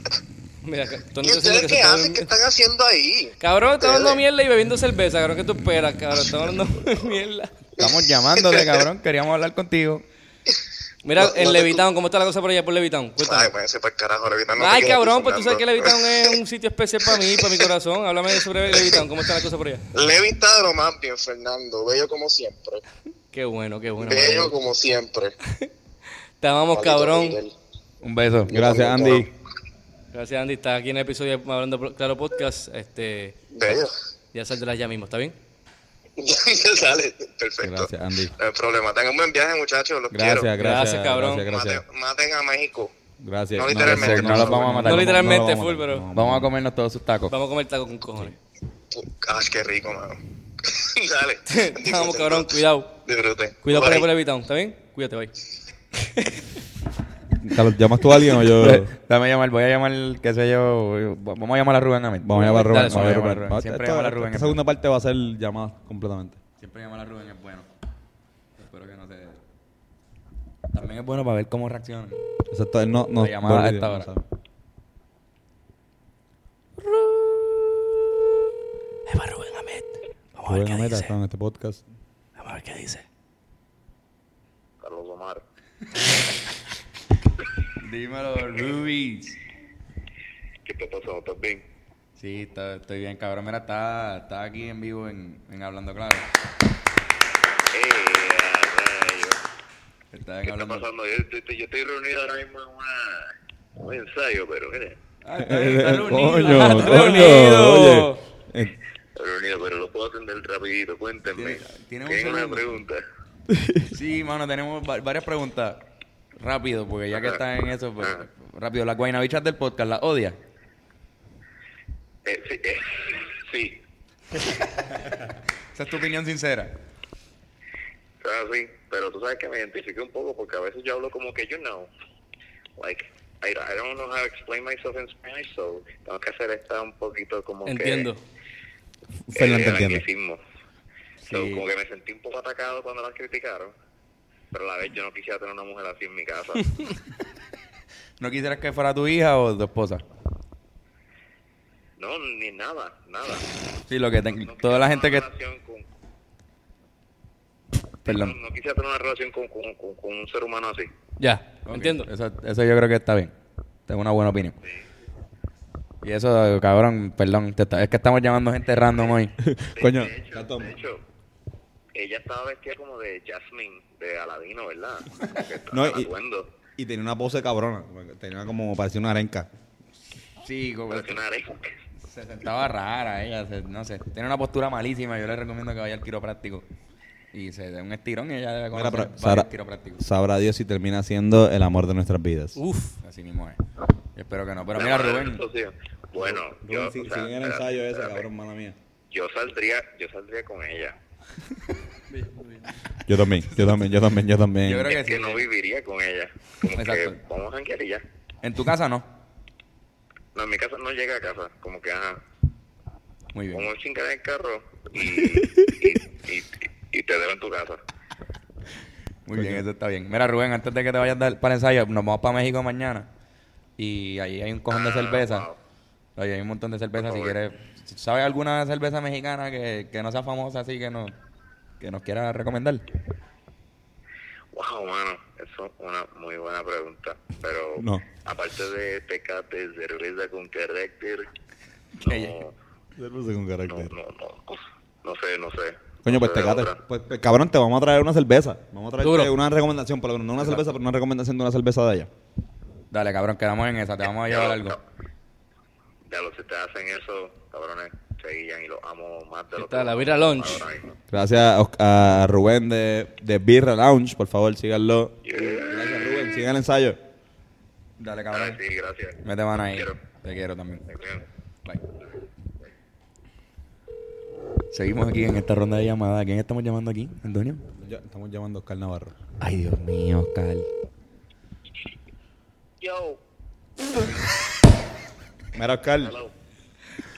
Speaker 3: Mira, acá, Tony
Speaker 8: ¿Y
Speaker 3: está haciendo
Speaker 8: ustedes
Speaker 3: que
Speaker 8: qué
Speaker 3: se está
Speaker 8: hacen? ¿Qué
Speaker 3: bebiendo-
Speaker 8: están haciendo ahí?
Speaker 3: Cabrón, está hablando
Speaker 8: Ustedes.
Speaker 3: mierda y bebiendo cerveza, cabrón. ¿Qué tú esperas, cabrón? Está hablando mierda.
Speaker 1: Estamos llamándote, cabrón. Queríamos hablar contigo.
Speaker 3: Mira,
Speaker 8: No, no
Speaker 3: en
Speaker 8: te-
Speaker 3: Levitown, ¿cómo está la cosa por allá por Levitown? Cuéntame.
Speaker 8: Ay, váyanse para el carajo, Levitown. no te
Speaker 3: Ay,
Speaker 8: quiero
Speaker 3: cabrón,
Speaker 8: aquí
Speaker 3: pues tú sabes que
Speaker 8: fundando.
Speaker 3: Levitown es un sitio especial para mí, para mi corazón. Háblame sobre Levitown, ¿cómo está la cosa por allá?
Speaker 8: Levita de lo más bien, Fernando. Bello como siempre.
Speaker 3: Qué bueno, qué bueno.
Speaker 8: Bello
Speaker 3: maldito.
Speaker 8: como siempre.
Speaker 3: Te amamos,
Speaker 8: Maldito
Speaker 3: cabrón.
Speaker 8: Miguel.
Speaker 1: Un beso.
Speaker 2: Gracias, Andy.
Speaker 3: Gracias, Andy. Estás aquí en el episodio de Hablando Pro- Claro Podcast. Este,
Speaker 8: Bello.
Speaker 3: ya saldrás ya mismo, ¿está bien?
Speaker 8: Dale, perfecto.
Speaker 2: Gracias, Andy.
Speaker 8: No hay problema. Tengan un buen viaje, muchachos. Los
Speaker 2: Gracias,
Speaker 8: quiero.
Speaker 2: gracias.
Speaker 3: Gracias, cabrón.
Speaker 2: Gracias, gracias.
Speaker 8: Maten, maten a México.
Speaker 2: Gracias.
Speaker 8: No, literalmente,
Speaker 1: no los vamos a matar.
Speaker 3: No literalmente,
Speaker 2: no lo
Speaker 3: full,
Speaker 2: vamos a-
Speaker 3: pero
Speaker 2: no.
Speaker 1: Vamos a comernos todos sus tacos.
Speaker 3: vamos a comer taco con cojones.
Speaker 8: Ay, qué Ah, rico, mano. Dale.
Speaker 3: Te amamos, cabrón. Cuidado.
Speaker 8: Disfruten.
Speaker 3: Cuidado por
Speaker 8: Bye.
Speaker 3: allá por Levitown, ¿está bien? Cuídate, bye.
Speaker 2: Carlos, ¿Llamas tú a alguien o yo?
Speaker 1: Eh, Dame llamar, voy a llamar, qué sé yo, vamos a llamar a Rubén Amit.
Speaker 2: Vamos a llamar a Rubén.
Speaker 1: Dale,
Speaker 2: vamos a llamar a
Speaker 1: Rubén.
Speaker 2: Rubén.
Speaker 1: Siempre
Speaker 2: Esta-
Speaker 1: llamar a Rubén.
Speaker 2: Esta
Speaker 1: es
Speaker 2: segunda parte va a ser llamada completamente.
Speaker 1: bueno. Siempre llamar a Rubén es bueno. Espero que no se... También es bueno para ver cómo reaccionan.
Speaker 2: Exacto, él no, no,
Speaker 1: La llamada
Speaker 2: no
Speaker 1: a
Speaker 2: olvida,
Speaker 1: esta
Speaker 2: no
Speaker 1: hora.
Speaker 2: sabe.
Speaker 3: Ahí va Rubén Ahmed. Vamos a ver
Speaker 2: Rubén
Speaker 3: qué
Speaker 2: Ameta
Speaker 3: dice.
Speaker 2: está en este podcast.
Speaker 3: Vamos a ver qué dice.
Speaker 8: Carlos Omar.
Speaker 1: Dímelo, Rubis.
Speaker 8: ¿Qué te pasó? ¿Estás bien?
Speaker 1: Sí, está- estoy bien, cabrón. Mira, está, está aquí en vivo en, en Hablando Claro. Está en
Speaker 8: Eh, ¿Qué está
Speaker 1: Hablando
Speaker 8: pasando? Yo, estoy- yo estoy reunido ahora mismo en una, un ensayo, pero mire,
Speaker 1: Ah, está- está reunido.
Speaker 2: coño,
Speaker 1: Ah,
Speaker 2: coño,
Speaker 1: está reunido.
Speaker 2: oye. Eh,
Speaker 8: reunido, pero lo puedo atender rapidito, cuéntenme.
Speaker 1: Tiene- tiene un
Speaker 8: Tienen una
Speaker 1: segundo.
Speaker 8: pregunta.
Speaker 1: Sí, mano, tenemos va- varias preguntas. Rápido, porque ya que
Speaker 8: Ajá.
Speaker 1: está en eso, pues,
Speaker 8: Ajá.
Speaker 1: rápido. Las guaynabichas del podcast, ¿las odias?
Speaker 8: Eh, sí, eh, sí,
Speaker 1: Esa es tu opinión sincera.
Speaker 8: o sea, sí, pero tú sabes que me identifiqué un poco porque a veces yo hablo como que, you know, like, I, I don't know how to explain myself in Spanish, so tengo que hacer esta un poquito como
Speaker 3: Entiendo.
Speaker 8: que...
Speaker 2: Fernando
Speaker 8: Eh, el
Speaker 2: entiende.
Speaker 8: anglicismo. So, como que me sentí un poco atacado cuando las criticaron, pero a la vez yo no quisiera tener una mujer así en mi casa.
Speaker 1: ¿No quisieras que fuera tu hija o tu esposa?
Speaker 8: No, ni nada, nada.
Speaker 1: Sí, lo que te-
Speaker 8: No
Speaker 1: toda
Speaker 8: quisiera tener
Speaker 1: la gente que...
Speaker 8: una relación con-
Speaker 1: Perdón.
Speaker 8: No, no quisiera tener una relación con, con- con- con un ser humano así.
Speaker 3: Ya,
Speaker 1: Ok,
Speaker 3: entiendo.
Speaker 1: Eso, eso yo creo que está bien. Tengo una buena opinión. Y eso, cabrón, perdón, te está- es que estamos llamando gente random hoy.
Speaker 8: De,
Speaker 2: Coño,
Speaker 8: de
Speaker 2: la
Speaker 8: hecho,
Speaker 2: toma.
Speaker 8: de hecho, ella estaba vestida como de Jasmine, de Aladino, ¿verdad? Como que estaba
Speaker 2: No,
Speaker 8: en
Speaker 2: y-
Speaker 8: atuendo,
Speaker 2: Y tenía una pose cabrona. como que Tenía como, parecía una arenca.
Speaker 1: Sí, como-
Speaker 8: parecía una areja.
Speaker 1: se sentaba rara ella, se- no sé. Tiene una postura malísima, yo le recomiendo que vaya al quiropráctico. Y se dé un estirón y ella
Speaker 2: Mira,
Speaker 1: debe conocer
Speaker 2: pero
Speaker 1: varios
Speaker 2: sabrá,
Speaker 1: quiroprácticos.
Speaker 2: sabrá Dios si termina siendo el amor de nuestras vidas.
Speaker 3: Uf.
Speaker 1: Así mismo es. Yo espero que no. Pero mira, Rubén,
Speaker 8: Eso sí. Bueno, yo, o sea, espérate, espérate.
Speaker 2: mala mía.
Speaker 8: yo saldría, yo saldría con ella.
Speaker 2: Yo también, yo también, yo también, yo también.
Speaker 1: Yo creo que
Speaker 8: es que
Speaker 1: sí.
Speaker 8: no viviría con ella. Como que
Speaker 1: Exacto.
Speaker 8: vamos a janguear y ya.
Speaker 1: en tu casa no.
Speaker 8: No, en mi casa no llega a casa. Como que, ajá,
Speaker 1: Muy bien.
Speaker 8: pongo el chingar en el carro y, y, y, y te dejo en tu casa.
Speaker 1: Muy bien, eso está bien. Mira, Rubén, antes de que te vayas del- para el ensayo, nos vamos para México mañana. Y allí hay un cojón de
Speaker 8: Ah,
Speaker 1: cerveza.
Speaker 8: wow.
Speaker 1: Ahí hay un montón de cerveza.
Speaker 8: Por
Speaker 1: Si
Speaker 8: favor.
Speaker 1: quieres, ¿sabes alguna cerveza mexicana que, que no sea famosa así que, no, que nos quiera recomendar?
Speaker 8: Wow, mano, eso es una muy buena pregunta. Pero
Speaker 2: No.
Speaker 8: aparte de tecate, cerveza con carácter, no,
Speaker 2: Cerveza con
Speaker 8: no,
Speaker 2: carácter.
Speaker 8: no, no, no sé, no sé.
Speaker 2: Coño,
Speaker 8: No
Speaker 2: pues
Speaker 8: sé
Speaker 2: te
Speaker 8: de
Speaker 2: cate.
Speaker 8: otra.
Speaker 2: Pues, pues, cabrón, te vamos a traer una cerveza. Vamos a traerte
Speaker 3: Duro.
Speaker 2: una recomendación, por lo menos, no una cerveza, pero una recomendación de una cerveza de ella.
Speaker 1: Dale, cabrón, quedamos en esa. Te vamos a llevar algo.
Speaker 8: Ya lo si te hacen eso, cabrones, se guillan y los amo más de lo
Speaker 3: está,
Speaker 8: que-
Speaker 3: la Vira Lounge.
Speaker 8: ahora mismo.
Speaker 2: Gracias a, Os- a Rubén de, de Birra Lounge, por favor, síganlo. Gracias, Rubén, sigan el ensayo.
Speaker 1: Dale,
Speaker 8: Ah,
Speaker 1: cabrón.
Speaker 8: sí, gracias.
Speaker 1: Mete mano ahí.
Speaker 8: Quiero.
Speaker 1: Te quiero también.
Speaker 8: Te cuidan.
Speaker 1: Bye. Seguimos aquí en esta ronda de llamadas. ¿A quién estamos llamando aquí, Antonio?
Speaker 2: Ya, estamos llamando a Oscar Navarro.
Speaker 1: Ay, Dios mío, Oscar.
Speaker 8: Yo.
Speaker 2: Mira, Oscar,
Speaker 9: Hello.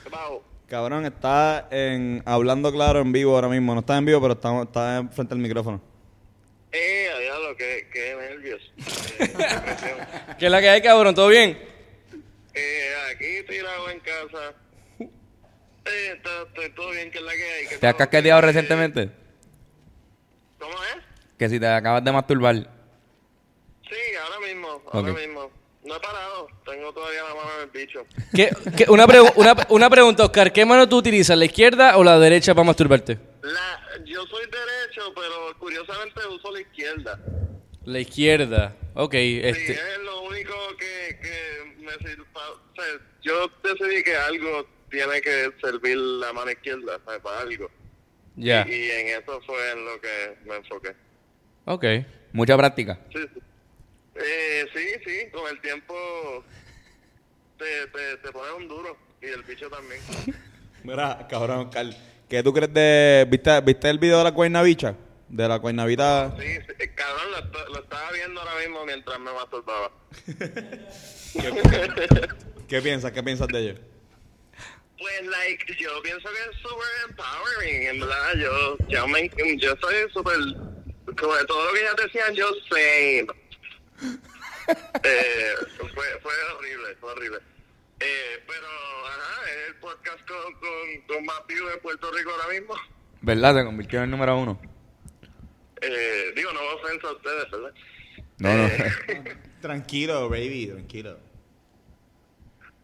Speaker 9: ¿Qué pasó?
Speaker 2: cabrón, está en, hablando claro en vivo ahora mismo. No está en vivo, pero está, está en- frente al micrófono.
Speaker 9: Eh, a diablo, qué, qué nervios. Eh, qué presión.
Speaker 3: ¿Qué es la que hay, cabrón? ¿Todo bien?
Speaker 9: Eh, aquí tirado en casa. Eh, está, está todo bien, que es la que hay. ¿Qué
Speaker 1: ¿Te has
Speaker 9: tal?
Speaker 1: casqueteado
Speaker 9: Eh,
Speaker 1: recientemente?
Speaker 9: ¿Cómo es?
Speaker 1: Que si te acabas de masturbar.
Speaker 9: Sí, ahora mismo, ahora
Speaker 1: Ok.
Speaker 9: mismo. No he parado, tengo todavía la mano en el bicho.
Speaker 3: ¿Qué- qué- una, pregu- una- una pregunta, Oscar. ¿Qué mano tú utilizas, la izquierda o la derecha para masturbarte?
Speaker 9: La, yo soy derecho, pero curiosamente uso la izquierda.
Speaker 3: La izquierda. Ok,
Speaker 9: Sí,
Speaker 3: este.
Speaker 9: es lo único que, que me sirve. O sea, yo decidí que algo tiene que servir la mano izquierda ¿sabes? para algo.
Speaker 1: Ah.
Speaker 3: Ya.
Speaker 9: Y en eso fue en lo que me enfoqué.
Speaker 3: Ok.
Speaker 1: Mucha práctica.
Speaker 9: Sí, sí. Eh, sí, sí, con el tiempo te, te, te pones un duro y el bicho también.
Speaker 2: Mira, cabrón, Oscar, ¿qué tú crees de. ¿Viste, viste el video de la cuernavicha? De la cuernavita.
Speaker 9: Sí, sí, eh, cabrón, lo, est- lo estaba viendo ahora mismo mientras me masturbaba.
Speaker 2: ¿Qué piensas? ¿Qué piensas de ello?
Speaker 9: Pues, like, yo pienso que es súper empowering, en verdad. Yo, yo, me, yo soy súper. Como de todo lo que ya decían, yo sé. eh, fue, fue horrible, fue horrible. Eh, pero, ajá, es el podcast con, con, con más views de Puerto Rico ahora mismo.
Speaker 1: ¿Verdad? Se convirtió en el número uno.
Speaker 9: Eh, digo, no ofensa a ustedes, ¿verdad? Eh,
Speaker 1: No, no.
Speaker 2: Tranquilo, baby, tranquilo.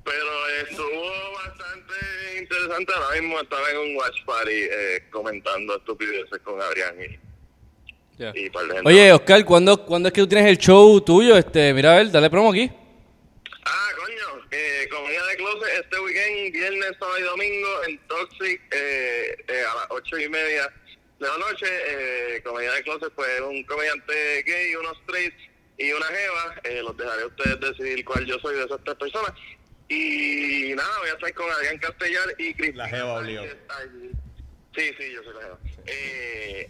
Speaker 9: Pero estuvo bastante interesante. Ahora mismo estaba en un watch party eh, comentando estupideces con Adrián y,
Speaker 3: Ya.
Speaker 9: y par de gente.
Speaker 3: Oye, Oscar, ¿cuándo, ¿cuándo es que tú tienes el show tuyo? Este, mira, a ver, dale promo aquí.
Speaker 9: Ah, coño, eh, comedia de closet este weekend, viernes, sábado y domingo en Toxic eh, eh, a las ocho y media de la noche. Eh, comedia de closet, pues un comediante gay, unos straights y una jeva. Eh, los dejaré a ustedes decidir cuál yo soy de esas tres personas. Y nada, voy a estar con Adrián Castellar y Cristina.
Speaker 2: La jeva obligó.
Speaker 9: Sánchez allí. Sí, sí, yo soy la jeva. Eh,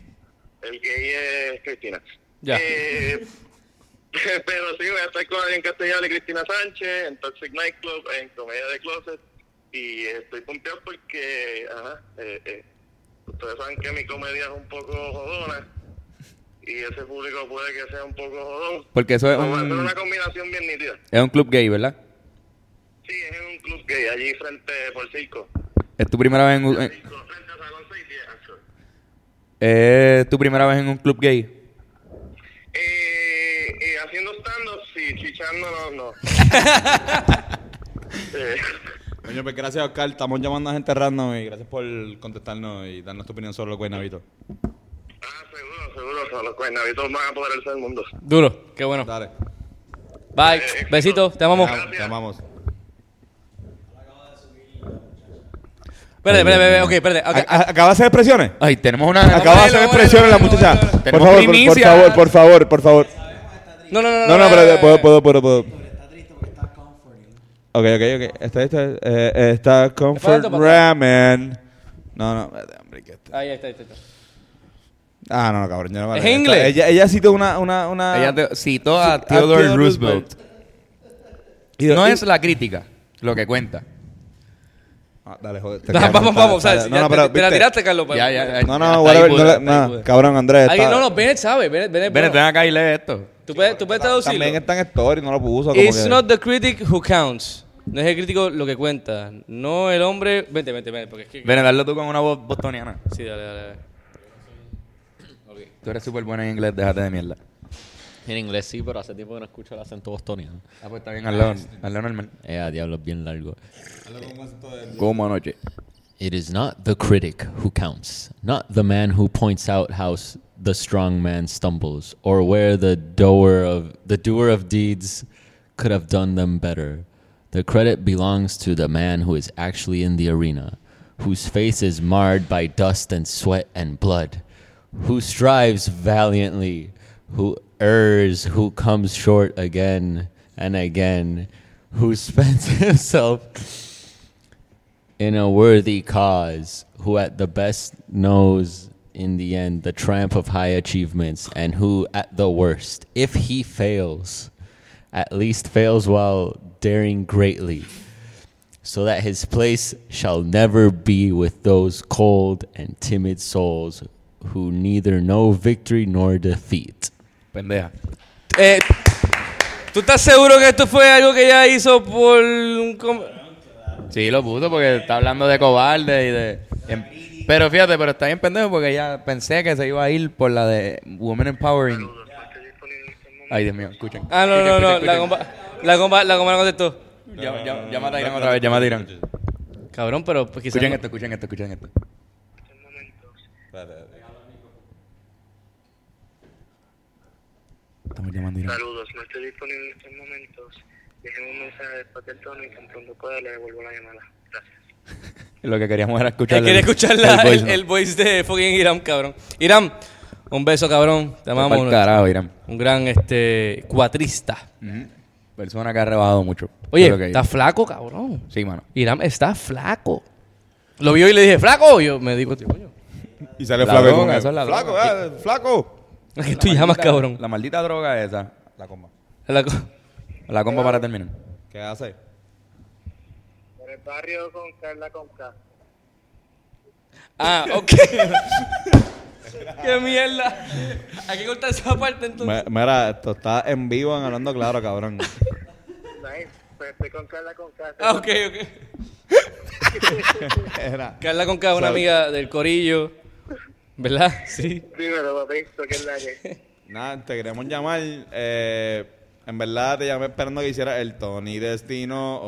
Speaker 9: el gay es Cristina.
Speaker 3: Ya.
Speaker 9: Eh, pero sí, voy a estar con Adrián Castellano y Cristina Sánchez en Toxic Nightclub, en Comedia de Closet. Y estoy pompeado porque, ajá, eh, eh, ustedes saben que mi comedia es un poco jodona. Y ese público puede que sea un poco jodón.
Speaker 1: Porque eso es
Speaker 9: Vamos a hacer
Speaker 1: un,
Speaker 9: una combinación bien nítida.
Speaker 1: es un club gay, ¿verdad?
Speaker 9: Sí, es en un club gay, allí frente por circo.
Speaker 1: Es tu primera vez en un, eh,
Speaker 9: Circo, frente a Sagón 610, actually.
Speaker 1: eh, es tu primera vez en un club gay.
Speaker 9: Eh, eh, haciendo stand-up, sí, chichando, no, no. Eh,
Speaker 2: Coño, pues gracias, Oscar. Estamos llamando a gente random y gracias por contestarnos y darnos tu opinión sobre los cuernavito.
Speaker 9: Ah, seguro, seguro, son los cuernavitos más poderosos del mundo.
Speaker 3: Duro, qué bueno.
Speaker 2: Dale.
Speaker 3: Bye.
Speaker 8: Eh,
Speaker 3: Besitos, te amamos.
Speaker 2: Te amamos.
Speaker 3: Espérate, espérate, espérate, ok, espérate. ok.
Speaker 1: ah.
Speaker 8: A- a- ¿Acaba de hacer expresiones?
Speaker 1: Ay, tenemos una.
Speaker 8: Acaba de hacer
Speaker 3: bueno,
Speaker 8: expresiones la
Speaker 3: bueno,
Speaker 8: muchacha.
Speaker 3: bueno, bueno.
Speaker 8: Por
Speaker 1: Tenemos
Speaker 8: favor, por- por,
Speaker 1: primicia.
Speaker 8: favor, por favor, por favor.
Speaker 3: No, no, no,
Speaker 8: No, no, pero puedo, puedo, puedo. puedo.
Speaker 2: Ok, ok, ok. Está, está, eh, eh, está Comfort
Speaker 3: Espérate, para
Speaker 2: Ramen. No, no, espérate, hombre, que este-
Speaker 3: Ahí está, ahí está. ahí está.
Speaker 2: Ah, no, no, cabrón. yo no me
Speaker 3: ¿Es
Speaker 2: la-
Speaker 3: inglés?
Speaker 2: Esta- Ella, ella citó una, una, una...
Speaker 1: Ella te- citó ah. a
Speaker 2: a
Speaker 1: Theodore
Speaker 2: Theodore
Speaker 1: Roosevelt.
Speaker 2: y-
Speaker 1: No
Speaker 2: y-
Speaker 1: es la crítica lo que cuenta.
Speaker 2: Ah, dale, joder. te
Speaker 3: Vamos,
Speaker 2: quería
Speaker 3: vamos,
Speaker 2: contar,
Speaker 3: vamos. o sea,
Speaker 2: dale.
Speaker 3: ya te- te la
Speaker 2: viste.
Speaker 3: tiraste, Carlos. pues.
Speaker 1: Ya, ya, ya.
Speaker 2: No,
Speaker 1: Ya,
Speaker 2: no,
Speaker 1: está
Speaker 2: whatever,
Speaker 1: ahí,
Speaker 2: no, le-
Speaker 1: pude, está ahí,
Speaker 2: nada,
Speaker 1: pude.
Speaker 2: cabrón, Andrés.
Speaker 3: Alguien,
Speaker 2: está-
Speaker 3: no, no, Bennett sabe. Bennett, Bennett,
Speaker 1: Ven,
Speaker 3: bueno.
Speaker 1: ven acá y lee esto.
Speaker 3: Tú puedes, tú puedes traducirlo.
Speaker 2: También está en story, no lo puso. como
Speaker 3: It's
Speaker 2: que-
Speaker 3: not the critic who counts. No es el crítico lo que cuenta. No el hombre. Vente, vente, vente. Porque es que...
Speaker 1: Ven, dale tú con una voz bostoniana.
Speaker 3: Sí, dale, dale. dale.
Speaker 1: Tú eres súper buena en inglés, déjate de mierda.
Speaker 5: En inglés sí, pero hace tiempo que no escucho el acento bostoniano.
Speaker 1: Ah, pues está bien, al lado, al lado normal.
Speaker 5: Eh, a diablo, es bien largo.
Speaker 1: Como anoche.
Speaker 5: It is not the critic who counts, not the man who points out how s- the strong man stumbles, or where the doer of the doer of deeds could have done them better. The credit belongs to the man who is actually in the arena, whose face is marred by dust and sweat and blood, who strives valiantly, who errs, who comes short again and again, who spends himself in a worthy cause, who at the best knows in the end the triumph of high achievements, and who at the worst, if he fails, at least fails while daring greatly. so that his place shall never be with those cold and timid souls who neither know victory nor defeat.
Speaker 1: Pendeja.
Speaker 3: Eh, ¿Tú estás seguro que esto fue algo que ella hizo por un... com-
Speaker 1: Sí, lo puso porque está hablando de cobarde y de. em- pero fíjate, pero está bien pendejo porque ya pensé que se iba a ir por la de Women Empowering. Ay, Dios mío, escuchen.
Speaker 3: Ah, no, no,
Speaker 1: Escuchen,
Speaker 3: no,
Speaker 1: escuchen,
Speaker 3: la
Speaker 1: escuchen.
Speaker 3: compa, la compa, la compa no contestó.
Speaker 1: Ya- ya- Llámate a Irán otra vez, llámate a Irán.
Speaker 3: Cabrón, pero pues quizás...
Speaker 1: Escuchen
Speaker 3: no-
Speaker 1: esto, escuchen esto, escuchen esto. Estamos llamando a Irán.
Speaker 8: Saludos, no estoy disponible en estos momentos. Dejen un mensaje después del tono y tan pronto pueda le devuelvo la llamada. Gracias.
Speaker 1: Lo que queríamos era escuchar.
Speaker 3: Él quiere
Speaker 1: el-
Speaker 3: escuchar la-
Speaker 1: el voice
Speaker 3: el,
Speaker 1: note.
Speaker 3: el voice de fucking Iram, cabrón. Iram, un beso, cabrón. Te
Speaker 1: Pa'l
Speaker 3: amamos.
Speaker 1: carajo, Irán.
Speaker 3: Un gran este cuatrista.
Speaker 1: Persona que ha rebajado mucho.
Speaker 3: Oye,
Speaker 1: Creo que-
Speaker 3: está flaco, cabrón.
Speaker 1: Sí, mano.
Speaker 3: Iram está flaco. Lo vio y le dije, flaco. Yo me digo, tío, coño.
Speaker 2: Y sale
Speaker 1: La
Speaker 2: flaco.
Speaker 1: droga,
Speaker 2: con él.
Speaker 1: eso es la
Speaker 2: flaco,
Speaker 1: droga.
Speaker 2: eh, flaco.
Speaker 3: ¿A qué tú llamas,
Speaker 1: Maldita-
Speaker 3: cabrón?
Speaker 1: La maldita droga esa.
Speaker 2: La comba.
Speaker 3: La co-
Speaker 1: La compa para terminar.
Speaker 2: ¿Qué hace?
Speaker 8: Por el barrio con Carla Conca.
Speaker 3: Ah, ok. qué mierda. Hay que cortar esa parte entonces.
Speaker 2: Me- Mira, esto está en vivo en hablando claro, cabrón.
Speaker 8: Nice, pues estoy con Carla Conca.
Speaker 3: Ah, ok, ok. Carla Conca, una
Speaker 2: ¿Sabes?
Speaker 3: amiga del corillo. ¿Verdad? Sí.
Speaker 8: Dímelo, papi, esto que es la que.
Speaker 2: Nada, te queremos llamar. eh, en verdad te llamé esperando que hicieras el Tony Destino. Oh,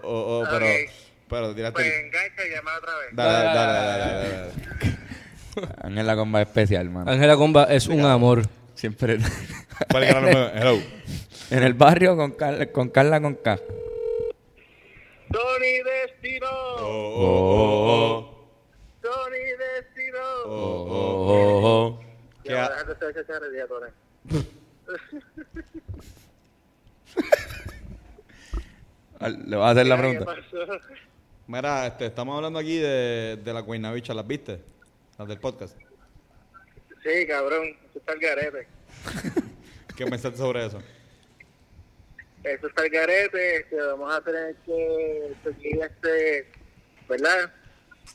Speaker 2: oh, oh, oh, pero,
Speaker 8: Ok.
Speaker 2: pero te tiraste.
Speaker 8: Pues
Speaker 2: el-
Speaker 8: engancha y llama otra vez.
Speaker 2: Dale, dale, dale, dale, dale, dale.
Speaker 1: Ángel la comba es especial, mano.
Speaker 3: Ángela Comba es un amor.
Speaker 1: Siempre.
Speaker 2: Vale, que ahora nos vemos. Hello.
Speaker 1: en el barrio con, Carla con Carla Conca.
Speaker 8: Tony Destino.
Speaker 2: Oh, oh, oh,
Speaker 8: Tony Destino.
Speaker 2: oh, oh, oh.
Speaker 1: Oh, oh,
Speaker 2: ¿Qué ha-
Speaker 8: Ya, déjate estar ese chévere, ya, Tony.
Speaker 1: oh. Le vas a hacer la
Speaker 8: Ya, ¿qué
Speaker 1: pregunta.
Speaker 8: pasó?
Speaker 2: Mira, este, estamos hablando aquí de, de la Guaynabicha, ¿las viste? Las del podcast.
Speaker 8: Sí, cabrón, eso está el garete.
Speaker 2: ¿Qué pensaste sobre eso?
Speaker 8: Eso está el garete, este, vamos a tener que seguir este, ¿verdad?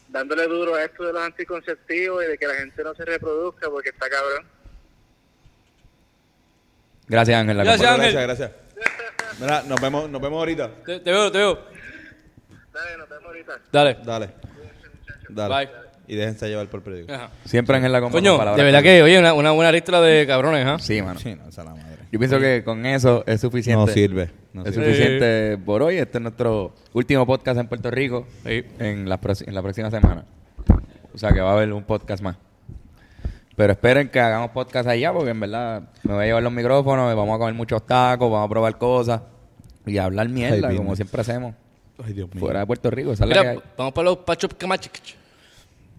Speaker 8: Dándole duro a esto de los anticonceptivos y de que la gente no se reproduzca porque está cabrón.
Speaker 1: Gracias, Ángel la comba.
Speaker 3: Gracias,
Speaker 2: Gracias, gracias. Mira, nos vemos, nos vemos ahorita.
Speaker 3: Te, te veo, te veo.
Speaker 8: Dale, nos vemos ahorita.
Speaker 3: Dale.
Speaker 2: Dale. Dale.
Speaker 3: Bye.
Speaker 2: Y déjense llevar por el periódico.
Speaker 3: Ajá.
Speaker 1: Siempre Ángel la comba.
Speaker 3: Coño,
Speaker 1: con palabras
Speaker 3: de verdad
Speaker 1: claras.
Speaker 3: que, oye, una, una buena ristra de cabrones, ¿ah?
Speaker 1: Sí, mano.
Speaker 2: Sí, no, esa es la madre.
Speaker 1: Yo pienso que con eso es suficiente.
Speaker 2: No sirve. No
Speaker 1: Es
Speaker 2: sirve.
Speaker 1: suficiente por hoy. Este es nuestro último podcast en Puerto Rico
Speaker 3: Sí.
Speaker 1: en, la prox- en la próxima semana. O sea que va a haber un podcast más. Pero esperen que hagamos podcast allá porque en verdad me voy a llevar los micrófonos, vamos a comer muchos tacos, vamos a probar cosas y a hablar mierda
Speaker 2: Ay,
Speaker 1: como
Speaker 2: bien.
Speaker 1: siempre hacemos.
Speaker 2: Ay, Dios mío.
Speaker 1: Fuera de Puerto Rico, esa es la que
Speaker 3: Mira,
Speaker 1: hay.
Speaker 3: vamos para los Pacho Camachich.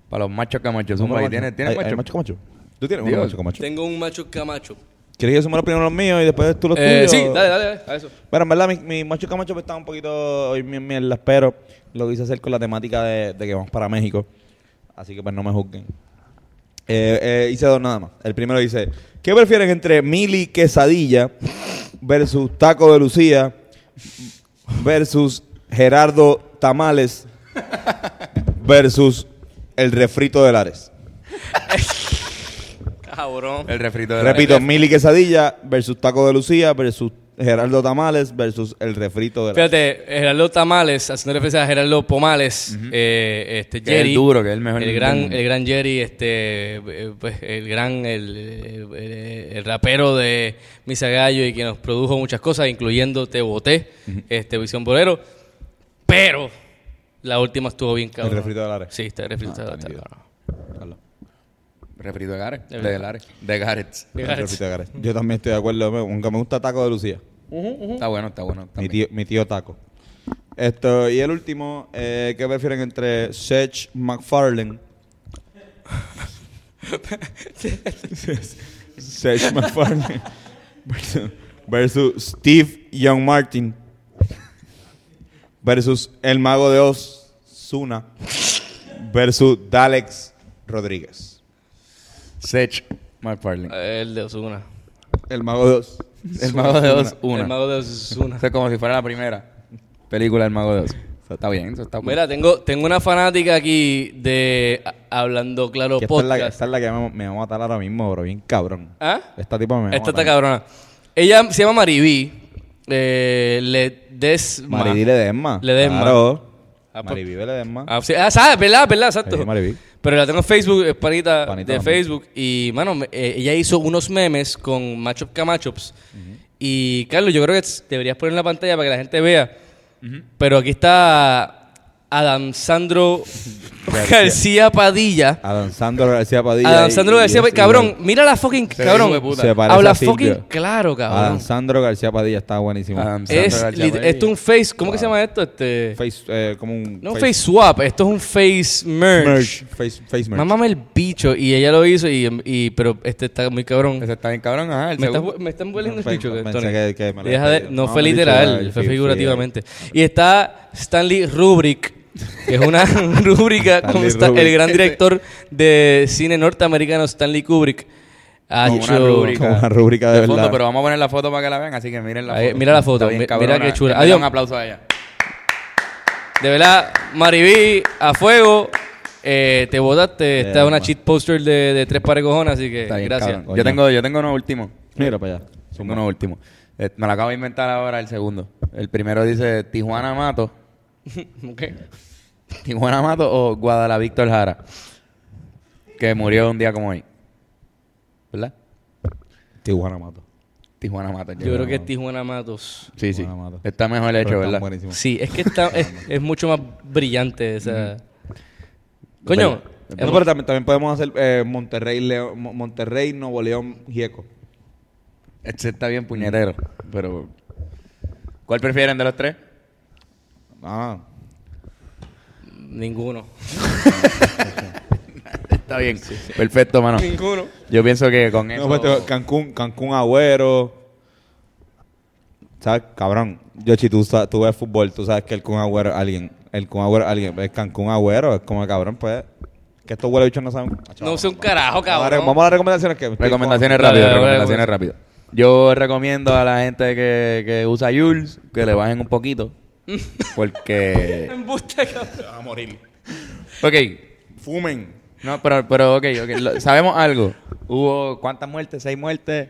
Speaker 1: Para los machos camachos. Zumba,
Speaker 2: Macho.
Speaker 1: ¿y ¿tienes, tienes
Speaker 2: ¿Hay- hay macho
Speaker 1: macho?
Speaker 2: camacho? ¿Tú tienes
Speaker 1: Dios.
Speaker 2: un macho camacho?
Speaker 3: Tengo un macho Camacho.
Speaker 2: ¿Quieres que yo sumara primero los míos y después tú los
Speaker 3: Eh,
Speaker 2: tuyos?
Speaker 3: sí, dale, dale, dale, a eso.
Speaker 2: Bueno, en verdad, mi, mi macho camacho pues, estaba un poquito hoy en mierda, pero lo quise hacer con la temática de, de que vamos para México. Así que pues no me juzguen. Eh, eh, hice dos nada más. El primero dice, ¿qué prefieren entre Mili Quesadilla versus Taco de Lucía versus Gerardo Tamales versus el refrito de Lares?
Speaker 3: Cabrón.
Speaker 1: El refrito de la-
Speaker 2: Repito, Mili Quesadilla versus Taco de Lucía versus Gerardo Tamales versus el refrito de Lares.
Speaker 3: Fíjate, Gerardo Tamales, haciendo referencia a Gerardo Pomales, eh, este
Speaker 1: Que es el
Speaker 3: Jerry.
Speaker 1: duro, que es el
Speaker 2: Ah,
Speaker 1: mejor
Speaker 3: El
Speaker 1: del
Speaker 3: gran,
Speaker 1: mundo.
Speaker 3: el gran Jerry, este, eh, pues, el gran, el, el- el- el rapero de Misa Gallo y que nos produjo muchas cosas, incluyendo Te Boté, este, Visión Bolero. Pero la última estuvo bien cabrón.
Speaker 2: refrito de Lares.
Speaker 3: Sí, está el refrito
Speaker 2: Ah,
Speaker 3: de
Speaker 2: está
Speaker 3: Lares.
Speaker 2: nítido.
Speaker 3: cabrón.
Speaker 1: Refrito de Gareth.
Speaker 3: De
Speaker 1: De Lares. De Gareth.
Speaker 3: De
Speaker 2: El
Speaker 3: Gareth.
Speaker 2: refrito de Gareth. Yo también estoy de acuerdo, me- aunque me gusta Taco de Lucía.
Speaker 1: Está bueno, está bueno.
Speaker 2: Mi
Speaker 1: también.
Speaker 2: tío, mi tío Taco. Esto, y el último, eh, ¿qué prefieren entre Seth MacFarlane? Seth MacFarlane versus, versus Steve Young Martin versus el mago de Oz, Zuna versus Dalex Rodríguez.
Speaker 1: Sech MacFarlane.
Speaker 3: Eh, El de Osuna.
Speaker 2: El mago de Oz.
Speaker 1: El Mago de Oz,
Speaker 3: El
Speaker 1: una.
Speaker 3: mago de Osuna.
Speaker 1: Eso es como si fuera la primera película del Mago de Oz. Eso está bien, eso está
Speaker 3: Mira, tengo, tengo una fanática aquí de a- Hablando Claro
Speaker 10: Que esta, es la, que-
Speaker 3: Podcast.
Speaker 10: esta es la que me, me va a matar ahora mismo, bro. Bien cabrón.
Speaker 3: ¿Ah?
Speaker 10: Esta tipa me va a
Speaker 3: Esta está
Speaker 10: matar.
Speaker 3: cabrona. Ella se llama Maribí. Eh, Ledesma.
Speaker 10: Maribí Ledesma.
Speaker 3: Ledesma.
Speaker 10: Claro.
Speaker 3: Ah, pues-
Speaker 10: Maribí Ledesma.
Speaker 3: Ah, sí. Ah, ¿sabes? ¿Verdad? ¿Verdad? Exacto.
Speaker 10: Sí, Maribí.
Speaker 3: Pero la tengo en Facebook, es panita,
Speaker 10: Panita
Speaker 3: de
Speaker 10: también.
Speaker 3: Facebook. Y, mano, me- eh, ella hizo unos memes con matchup camachups. Y, Carlos, yo creo que s- deberías poner en la pantalla para que la gente vea. Pero aquí está Adam Sandro
Speaker 10: García.
Speaker 3: García Padilla.
Speaker 10: Adam Sandro García Padilla.
Speaker 3: Adam
Speaker 10: y-
Speaker 3: Sandro
Speaker 10: y
Speaker 3: García
Speaker 10: es
Speaker 3: Padilla. Cabrón,
Speaker 10: igual.
Speaker 3: mira la fucking. cabrón,
Speaker 10: hijo de puta. Se parece
Speaker 3: habla
Speaker 10: a Silvio.
Speaker 3: fucking claro, cabrón. Ah.
Speaker 10: Adam Sandro García Padilla está buenísimo.
Speaker 1: Adam Sandro
Speaker 3: Es,
Speaker 1: Ah, García
Speaker 3: lit-
Speaker 1: Padilla.
Speaker 3: esto es un face. ¿Cómo que se llama esto? Este.
Speaker 10: Face, eh, como un.
Speaker 3: no un face swap, esto es un face merge.
Speaker 10: merch. Face, face merch.
Speaker 3: Mámame el bicho. Y ella lo hizo, y, y- pero este está muy cabrón.
Speaker 1: Ese está bien cabrón, ajá. el
Speaker 3: Me, estás
Speaker 1: segundo.
Speaker 3: vu- me están volviendo el
Speaker 10: Pensé
Speaker 3: bicho.
Speaker 10: que-
Speaker 3: Tony.
Speaker 10: pensé que- que me lo
Speaker 3: Deja
Speaker 10: había
Speaker 3: de-
Speaker 10: pedido.
Speaker 3: no
Speaker 10: No,
Speaker 3: fue
Speaker 10: me lo
Speaker 3: literal,
Speaker 10: hizo,
Speaker 3: fue
Speaker 10: sí, sí,
Speaker 3: figurativamente. Y está Stanley Rubric, que es una rúbrica con
Speaker 10: Stanley
Speaker 3: Sta- el
Speaker 10: Kubrick.
Speaker 3: gran director de cine norteamericano, Stanley Kubrick. Ha
Speaker 1: Con una
Speaker 3: hecho-
Speaker 1: rúbrica.
Speaker 10: Como una rúbrica de
Speaker 1: De fondo,
Speaker 10: verdad.
Speaker 1: pero vamos a poner la foto para que la vean, así que miren la
Speaker 3: Ahí,
Speaker 1: foto.
Speaker 3: mira la foto,
Speaker 1: Está bien
Speaker 3: mi-
Speaker 1: cabrona.
Speaker 3: mira qué chula.
Speaker 1: En verdad,
Speaker 3: Adiós.
Speaker 1: Un aplauso a ella.
Speaker 3: De verdad, Maribí, a fuego. eh, te votaste. Está una cheat poster de, de tres pares de cojones, así que
Speaker 1: Está bien,
Speaker 3: gracias.
Speaker 1: cabrón. Yo tengo, yo tengo uno último.
Speaker 10: Mira para allá.
Speaker 1: Tengo uno último. Eh, me lo acabo de inventar ahora el segundo. El primero dice Tijuana Mato.
Speaker 3: Ok.
Speaker 1: Tijuana Mato o Guadalajara Víctor Jara. Que murió un día como hoy. ¿Verdad?
Speaker 10: Tijuana Mato.
Speaker 1: Tijuana Mato.
Speaker 3: Yo creo que este es Tijuana Matos.
Speaker 1: Sí, sí.
Speaker 10: Tijuana Mato.
Speaker 1: Está mejor
Speaker 10: Pero
Speaker 1: hecho,
Speaker 10: están
Speaker 1: ¿verdad?
Speaker 10: buenísimos.
Speaker 3: Sí, es que está, es, es mucho más brillante esa. Coño.
Speaker 10: No, Eh, pero también, también podemos hacer eh, Monterrey, León, Mo- Monterrey, Nuevo León, Gieco.
Speaker 1: Este está bien puñetero. Pero. ¿Cuál prefieren de los tres?
Speaker 10: Ah,
Speaker 3: Ninguno.
Speaker 1: Está bien. Perfecto, mano.
Speaker 3: Ninguno.
Speaker 1: Yo pienso que con eso.
Speaker 10: No, pues, te- Cancún, Cancún Agüero. ¿Sabes? Cabrón. Yoshi, tú, sa- tú ves fútbol, tú sabes que el Kun Agüero es alguien. El Kun Agüero es alguien. El Cancún Agüero es como cabrón, pues. Que estos huevos bichos no saben.
Speaker 3: No sé un carajo,
Speaker 10: Vamos a,
Speaker 3: cabrón.
Speaker 10: vamos a las recomendaciones que.
Speaker 1: Recomendaciones
Speaker 3: Dale,
Speaker 1: rápidas,
Speaker 3: dale, dale,
Speaker 1: recomendaciones
Speaker 3: dale.
Speaker 1: rápidas. Yo recomiendo a la gente que, que usa Jules que le bajen un poquito. Porque.
Speaker 3: Embuste, cabrón.
Speaker 10: A morir.
Speaker 1: Ok.
Speaker 10: Fumen.
Speaker 1: No, pero, pero ok, ok. Lo- sabemos algo. Hubo cuántas muertes, seis muertes.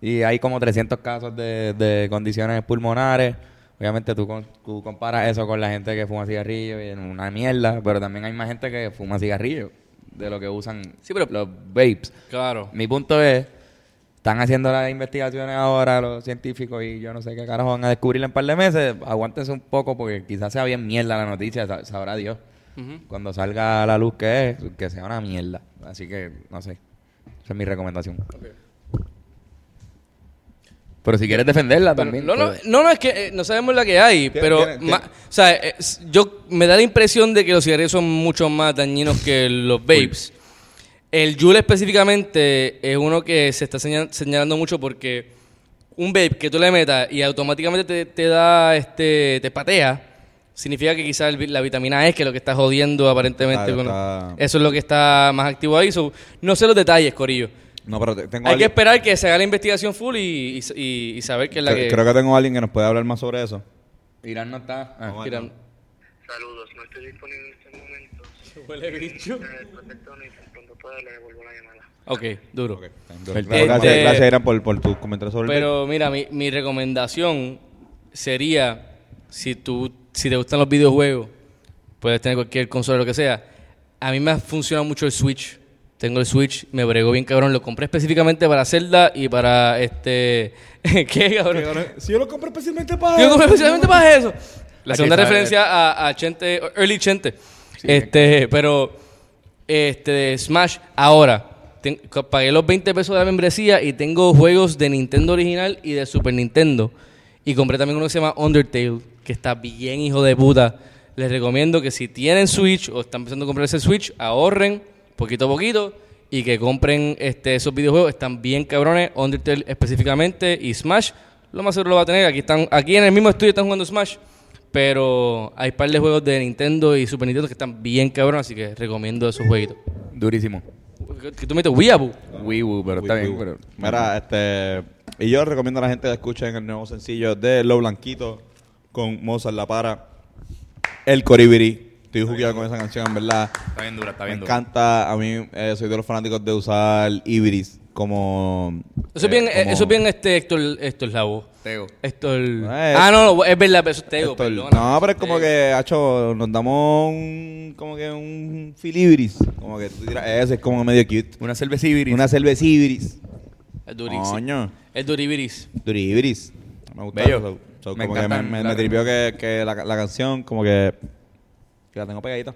Speaker 1: Y hay como 300 casos de, de condiciones pulmonares. Obviamente tú, con- tú comparas eso con la gente que fuma cigarrillo y es una mierda. Pero también hay más gente que fuma cigarrillo de lo que usan
Speaker 3: Sí, pero-
Speaker 1: los vapes.
Speaker 3: Claro.
Speaker 1: Mi punto es, están haciendo las investigaciones ahora los científicos y yo no sé qué carajo van a descubrir en un par de meses. Aguántense un poco porque quizás sea bien mierda la noticia, sa- sabrá Dios. Cuando salga a la luz que es, que sea una mierda. Así que, no sé. Esa es mi recomendación. Pero si quieres defenderla también.
Speaker 3: No, no,
Speaker 1: pues,
Speaker 3: no, no, es que eh, no sabemos la que hay,
Speaker 10: Tien-
Speaker 3: pero
Speaker 10: tiene-
Speaker 3: ma-
Speaker 10: tiene-
Speaker 3: o sea, eh, s- yo me da la impresión de que los cigarrillos son mucho más dañinos que los vapes. El Juul específicamente es uno que se está señal- señalando mucho porque un vape que tú le metas y automáticamente te, te da, este, te patea, significa que quizás el vi- la vitamina E, que es lo que está jodiendo aparentemente.
Speaker 10: Claro,
Speaker 3: con-
Speaker 10: está-
Speaker 3: Eso es lo que está más activo ahí. so, no sé los detalles, Corillo.
Speaker 10: No, pero te- tengo
Speaker 3: Hay que
Speaker 10: alguien-
Speaker 3: esperar que se haga la investigación full y, y- y- y saber qué es la
Speaker 10: cre-
Speaker 3: que...
Speaker 10: Creo que tengo alguien que nos puede hablar más sobre eso.
Speaker 1: Irán no está. Ah.
Speaker 3: Mira,
Speaker 8: Saludos, no estoy disponible en este momento.
Speaker 3: Huele bicho.
Speaker 8: Eh, perfecto, ni tan pronto pueda le devuelvo la llamada.
Speaker 3: Ok, duro.
Speaker 10: Gracias,
Speaker 3: Este-
Speaker 10: gracias, gracias, Irán, por, por tus comentarios sobre el
Speaker 3: Pero mira, mi, mi recomendación sería, si tú, si te gustan los videojuegos, puedes tener cualquier consola, lo que sea. A mí me ha funcionado mucho el Switch. Tengo el Switch, me bregó bien cabrón. Lo compré específicamente para Zelda y para este... ¿Qué, cabrón?
Speaker 2: Si yo lo compro especialmente para.
Speaker 3: Yo compré especialmente para eso. La
Speaker 1: Aquí
Speaker 3: segunda
Speaker 1: está, eh.
Speaker 3: referencia a, a Chente, Early Chente. este, pero, este, de Smash, ahora, ten- co- pagué los 20 pesos de la membresía y tengo juegos de Nintendo original y de Super Nintendo. Y compré también uno que se llama Undertale, que está bien hijo de puta. Les recomiendo que si tienen Switch o están empezando a comprar ese Switch, ahorren poquito a poquito y que compren este, esos videojuegos. Están bien cabrones, Undertale específicamente y Smash. Lo más seguro lo va a tener. Aquí están, aquí en el mismo estudio están jugando Smash. Pero hay par de juegos de Nintendo y Super Nintendo que están bien cabrones, así que recomiendo esos jueguitos.
Speaker 1: Durísimo.
Speaker 3: Que tú metes Weeaboo.
Speaker 2: Ah.
Speaker 1: Wiwu, pero está bien. Pero...
Speaker 10: Mira, este. Y yo recomiendo a la gente que escuchen el nuevo sencillo de Lo Blanquito con Mozart La Para.
Speaker 2: El Coribiri. Estoy jugueado con esa canción, en verdad.
Speaker 1: Está bien dura, está
Speaker 2: Me
Speaker 1: bien dura.
Speaker 2: encanta. A mí eh, soy de los fanáticos de usar Ibiris como.
Speaker 3: Eso es
Speaker 2: eh,
Speaker 3: bien, eh,
Speaker 2: como-
Speaker 3: eso es bien este Héctor, Héctor Lavo.
Speaker 1: Tego.
Speaker 3: Héctor.
Speaker 2: Ah, es-
Speaker 3: Ah, no, no, es verdad, pero eso es Tego,
Speaker 2: esto-
Speaker 3: perdona.
Speaker 2: no, pero es como
Speaker 3: Tego.
Speaker 2: que, hacho, nos damos un. Como que un Filibris. Como que tú tiras. Ese es como medio cute.
Speaker 1: Una cerveza ibris.
Speaker 2: Una cerveza Ibiris.
Speaker 3: Es Durix.
Speaker 2: Coño.
Speaker 3: Es Duribiris.
Speaker 2: Duribris. Me gusta
Speaker 1: Bello.
Speaker 2: eso. So,
Speaker 1: Me
Speaker 2: como que me,
Speaker 1: encantan
Speaker 2: me,
Speaker 1: la-
Speaker 2: me tripió que, que la, la canción, como que, que la tengo pegadita.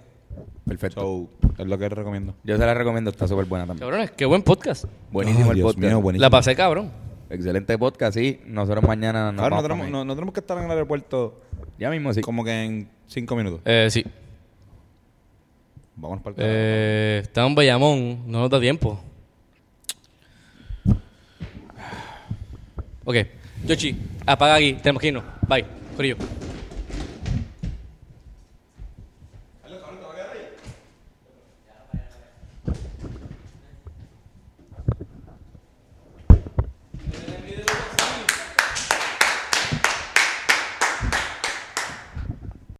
Speaker 1: Perfecto.
Speaker 2: So, es lo que recomiendo.
Speaker 1: Yo se la recomiendo, está súper buena también.
Speaker 3: Cabrones, qué buen podcast.
Speaker 1: Buenísimo
Speaker 2: Ah,
Speaker 1: el
Speaker 2: Dios
Speaker 1: podcast.
Speaker 2: mío, buenísimo.
Speaker 3: La pasé, cabrón.
Speaker 1: Excelente podcast, sí. Nosotros mañana nos
Speaker 2: Ahora no
Speaker 1: vamos
Speaker 2: tenemos,
Speaker 1: pa'
Speaker 2: no, no tenemos que estar en el aeropuerto
Speaker 1: Miami. Ya mismo sí.
Speaker 2: como que en cinco minutos.
Speaker 3: Eh, sí.
Speaker 2: Vamos para el
Speaker 3: Eh, está en Bayamón, no nos da tiempo. Ok, Yoshi, apaga aquí, tenemos que irnos. Bye, Corillo.